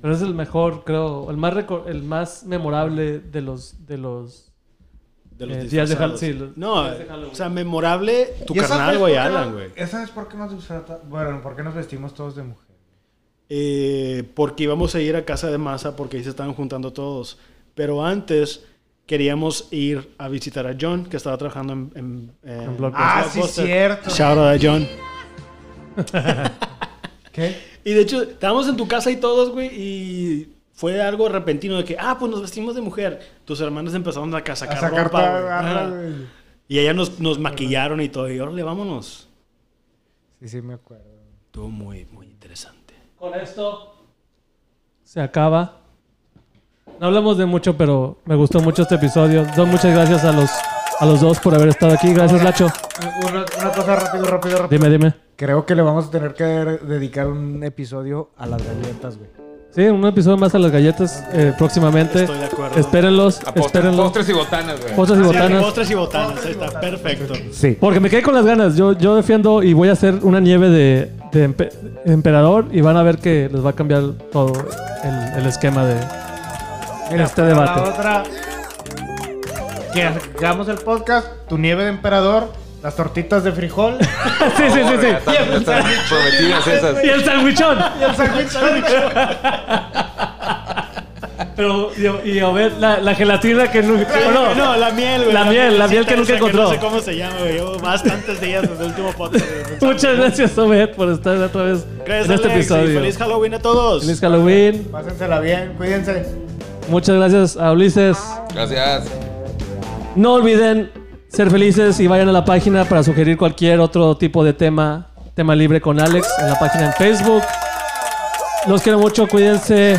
[SPEAKER 1] Pero es el mejor, creo. El más, reco- el más memorable de los. De los
[SPEAKER 4] De los
[SPEAKER 1] Eh, días de
[SPEAKER 4] disfrazados.
[SPEAKER 1] Hall- sí, los-
[SPEAKER 4] No,
[SPEAKER 1] días de Halloween.
[SPEAKER 4] o sea, memorable tu
[SPEAKER 3] ¿Y esa
[SPEAKER 4] carnal,
[SPEAKER 3] vez
[SPEAKER 4] güey,
[SPEAKER 3] por qué
[SPEAKER 4] Alan,
[SPEAKER 3] no-
[SPEAKER 4] güey.
[SPEAKER 3] Esa es por qué nos disfrazamos. Bueno, ¿por qué nos vestimos todos de mujer?
[SPEAKER 4] Eh, porque íbamos a ir a casa de masa porque ahí se estaban juntando todos. Pero antes queríamos ir a visitar a John, que estaba trabajando en... en, eh,
[SPEAKER 1] En Blockbuster.
[SPEAKER 3] Ah, sí,
[SPEAKER 4] Blockbuster.
[SPEAKER 3] cierto.
[SPEAKER 4] Shout out a John.
[SPEAKER 3] ¿Qué?
[SPEAKER 4] Y de hecho, estábamos en tu casa y todos, güey, y fue algo repentino de que, ah, pues nos vestimos de mujer. Tus hermanos empezaron a ca- sacar,
[SPEAKER 3] A sacar
[SPEAKER 4] ropa,
[SPEAKER 3] toda
[SPEAKER 4] güey. Ah.
[SPEAKER 3] garra,
[SPEAKER 4] Ajá.
[SPEAKER 3] güey.
[SPEAKER 4] Y allá nos, nos maquillaron y todo, y órale, vámonos.
[SPEAKER 3] Sí, sí, me acuerdo.
[SPEAKER 4] Estuvo muy, muy interesante.
[SPEAKER 1] Con esto. Se acaba. No hablamos de mucho, pero me gustó mucho este episodio. Don, muchas gracias a los, a los dos por haber estado aquí. Gracias, Lacho.
[SPEAKER 3] Una, una cosa rápido, rápido, rápido.
[SPEAKER 1] Dime, dime.
[SPEAKER 3] Creo que le vamos a tener que dedicar un episodio a las galletas, güey.
[SPEAKER 1] Sí, un episodio más a las galletas eh, próximamente.
[SPEAKER 4] Estoy de acuerdo.
[SPEAKER 1] Espérenlos,
[SPEAKER 2] A postre-
[SPEAKER 1] espérenlos.
[SPEAKER 2] Postres y botanas, güey.
[SPEAKER 1] Postres y botanas.
[SPEAKER 4] Postres y botanas, ahí está, perfecto.
[SPEAKER 3] Sí.
[SPEAKER 1] Porque me quedé con las ganas. Yo, yo defiendo y voy a hacer una nieve de, de empe- emperador y van a ver que les va a cambiar todo el, el esquema de este
[SPEAKER 3] La
[SPEAKER 1] debate.
[SPEAKER 3] otra. Que hagamos el podcast, tu nieve de emperador, las tortitas de frijol.
[SPEAKER 1] <laughs> sí, sí, sí,
[SPEAKER 2] Ya
[SPEAKER 1] sí.
[SPEAKER 2] están- ya están prometidas esas.
[SPEAKER 1] Y el sandwichón.
[SPEAKER 3] Sándwich.
[SPEAKER 1] Pero, y, y a ver, la, la gelatina que nunca. bueno,
[SPEAKER 4] no, la miel, güey.
[SPEAKER 1] La miel, la miel que nunca
[SPEAKER 4] mielcita esa
[SPEAKER 1] encontró.
[SPEAKER 4] No sé cómo se llama, güey. Llevo bastantes días desde el último podcast.
[SPEAKER 1] Muchas gracias, Obed, por estar otra vez
[SPEAKER 4] Gracias,
[SPEAKER 1] en este
[SPEAKER 4] Alex, y
[SPEAKER 1] episodio.
[SPEAKER 4] Feliz Halloween a todos.
[SPEAKER 1] Feliz Halloween.
[SPEAKER 3] Pásensela bien, cuídense.
[SPEAKER 1] Muchas gracias a Ulises.
[SPEAKER 2] Gracias.
[SPEAKER 1] No olviden ser felices y vayan a la página para sugerir cualquier otro tipo de tema, tema libre con Alex en la página en Facebook. Los quiero mucho, cuídense.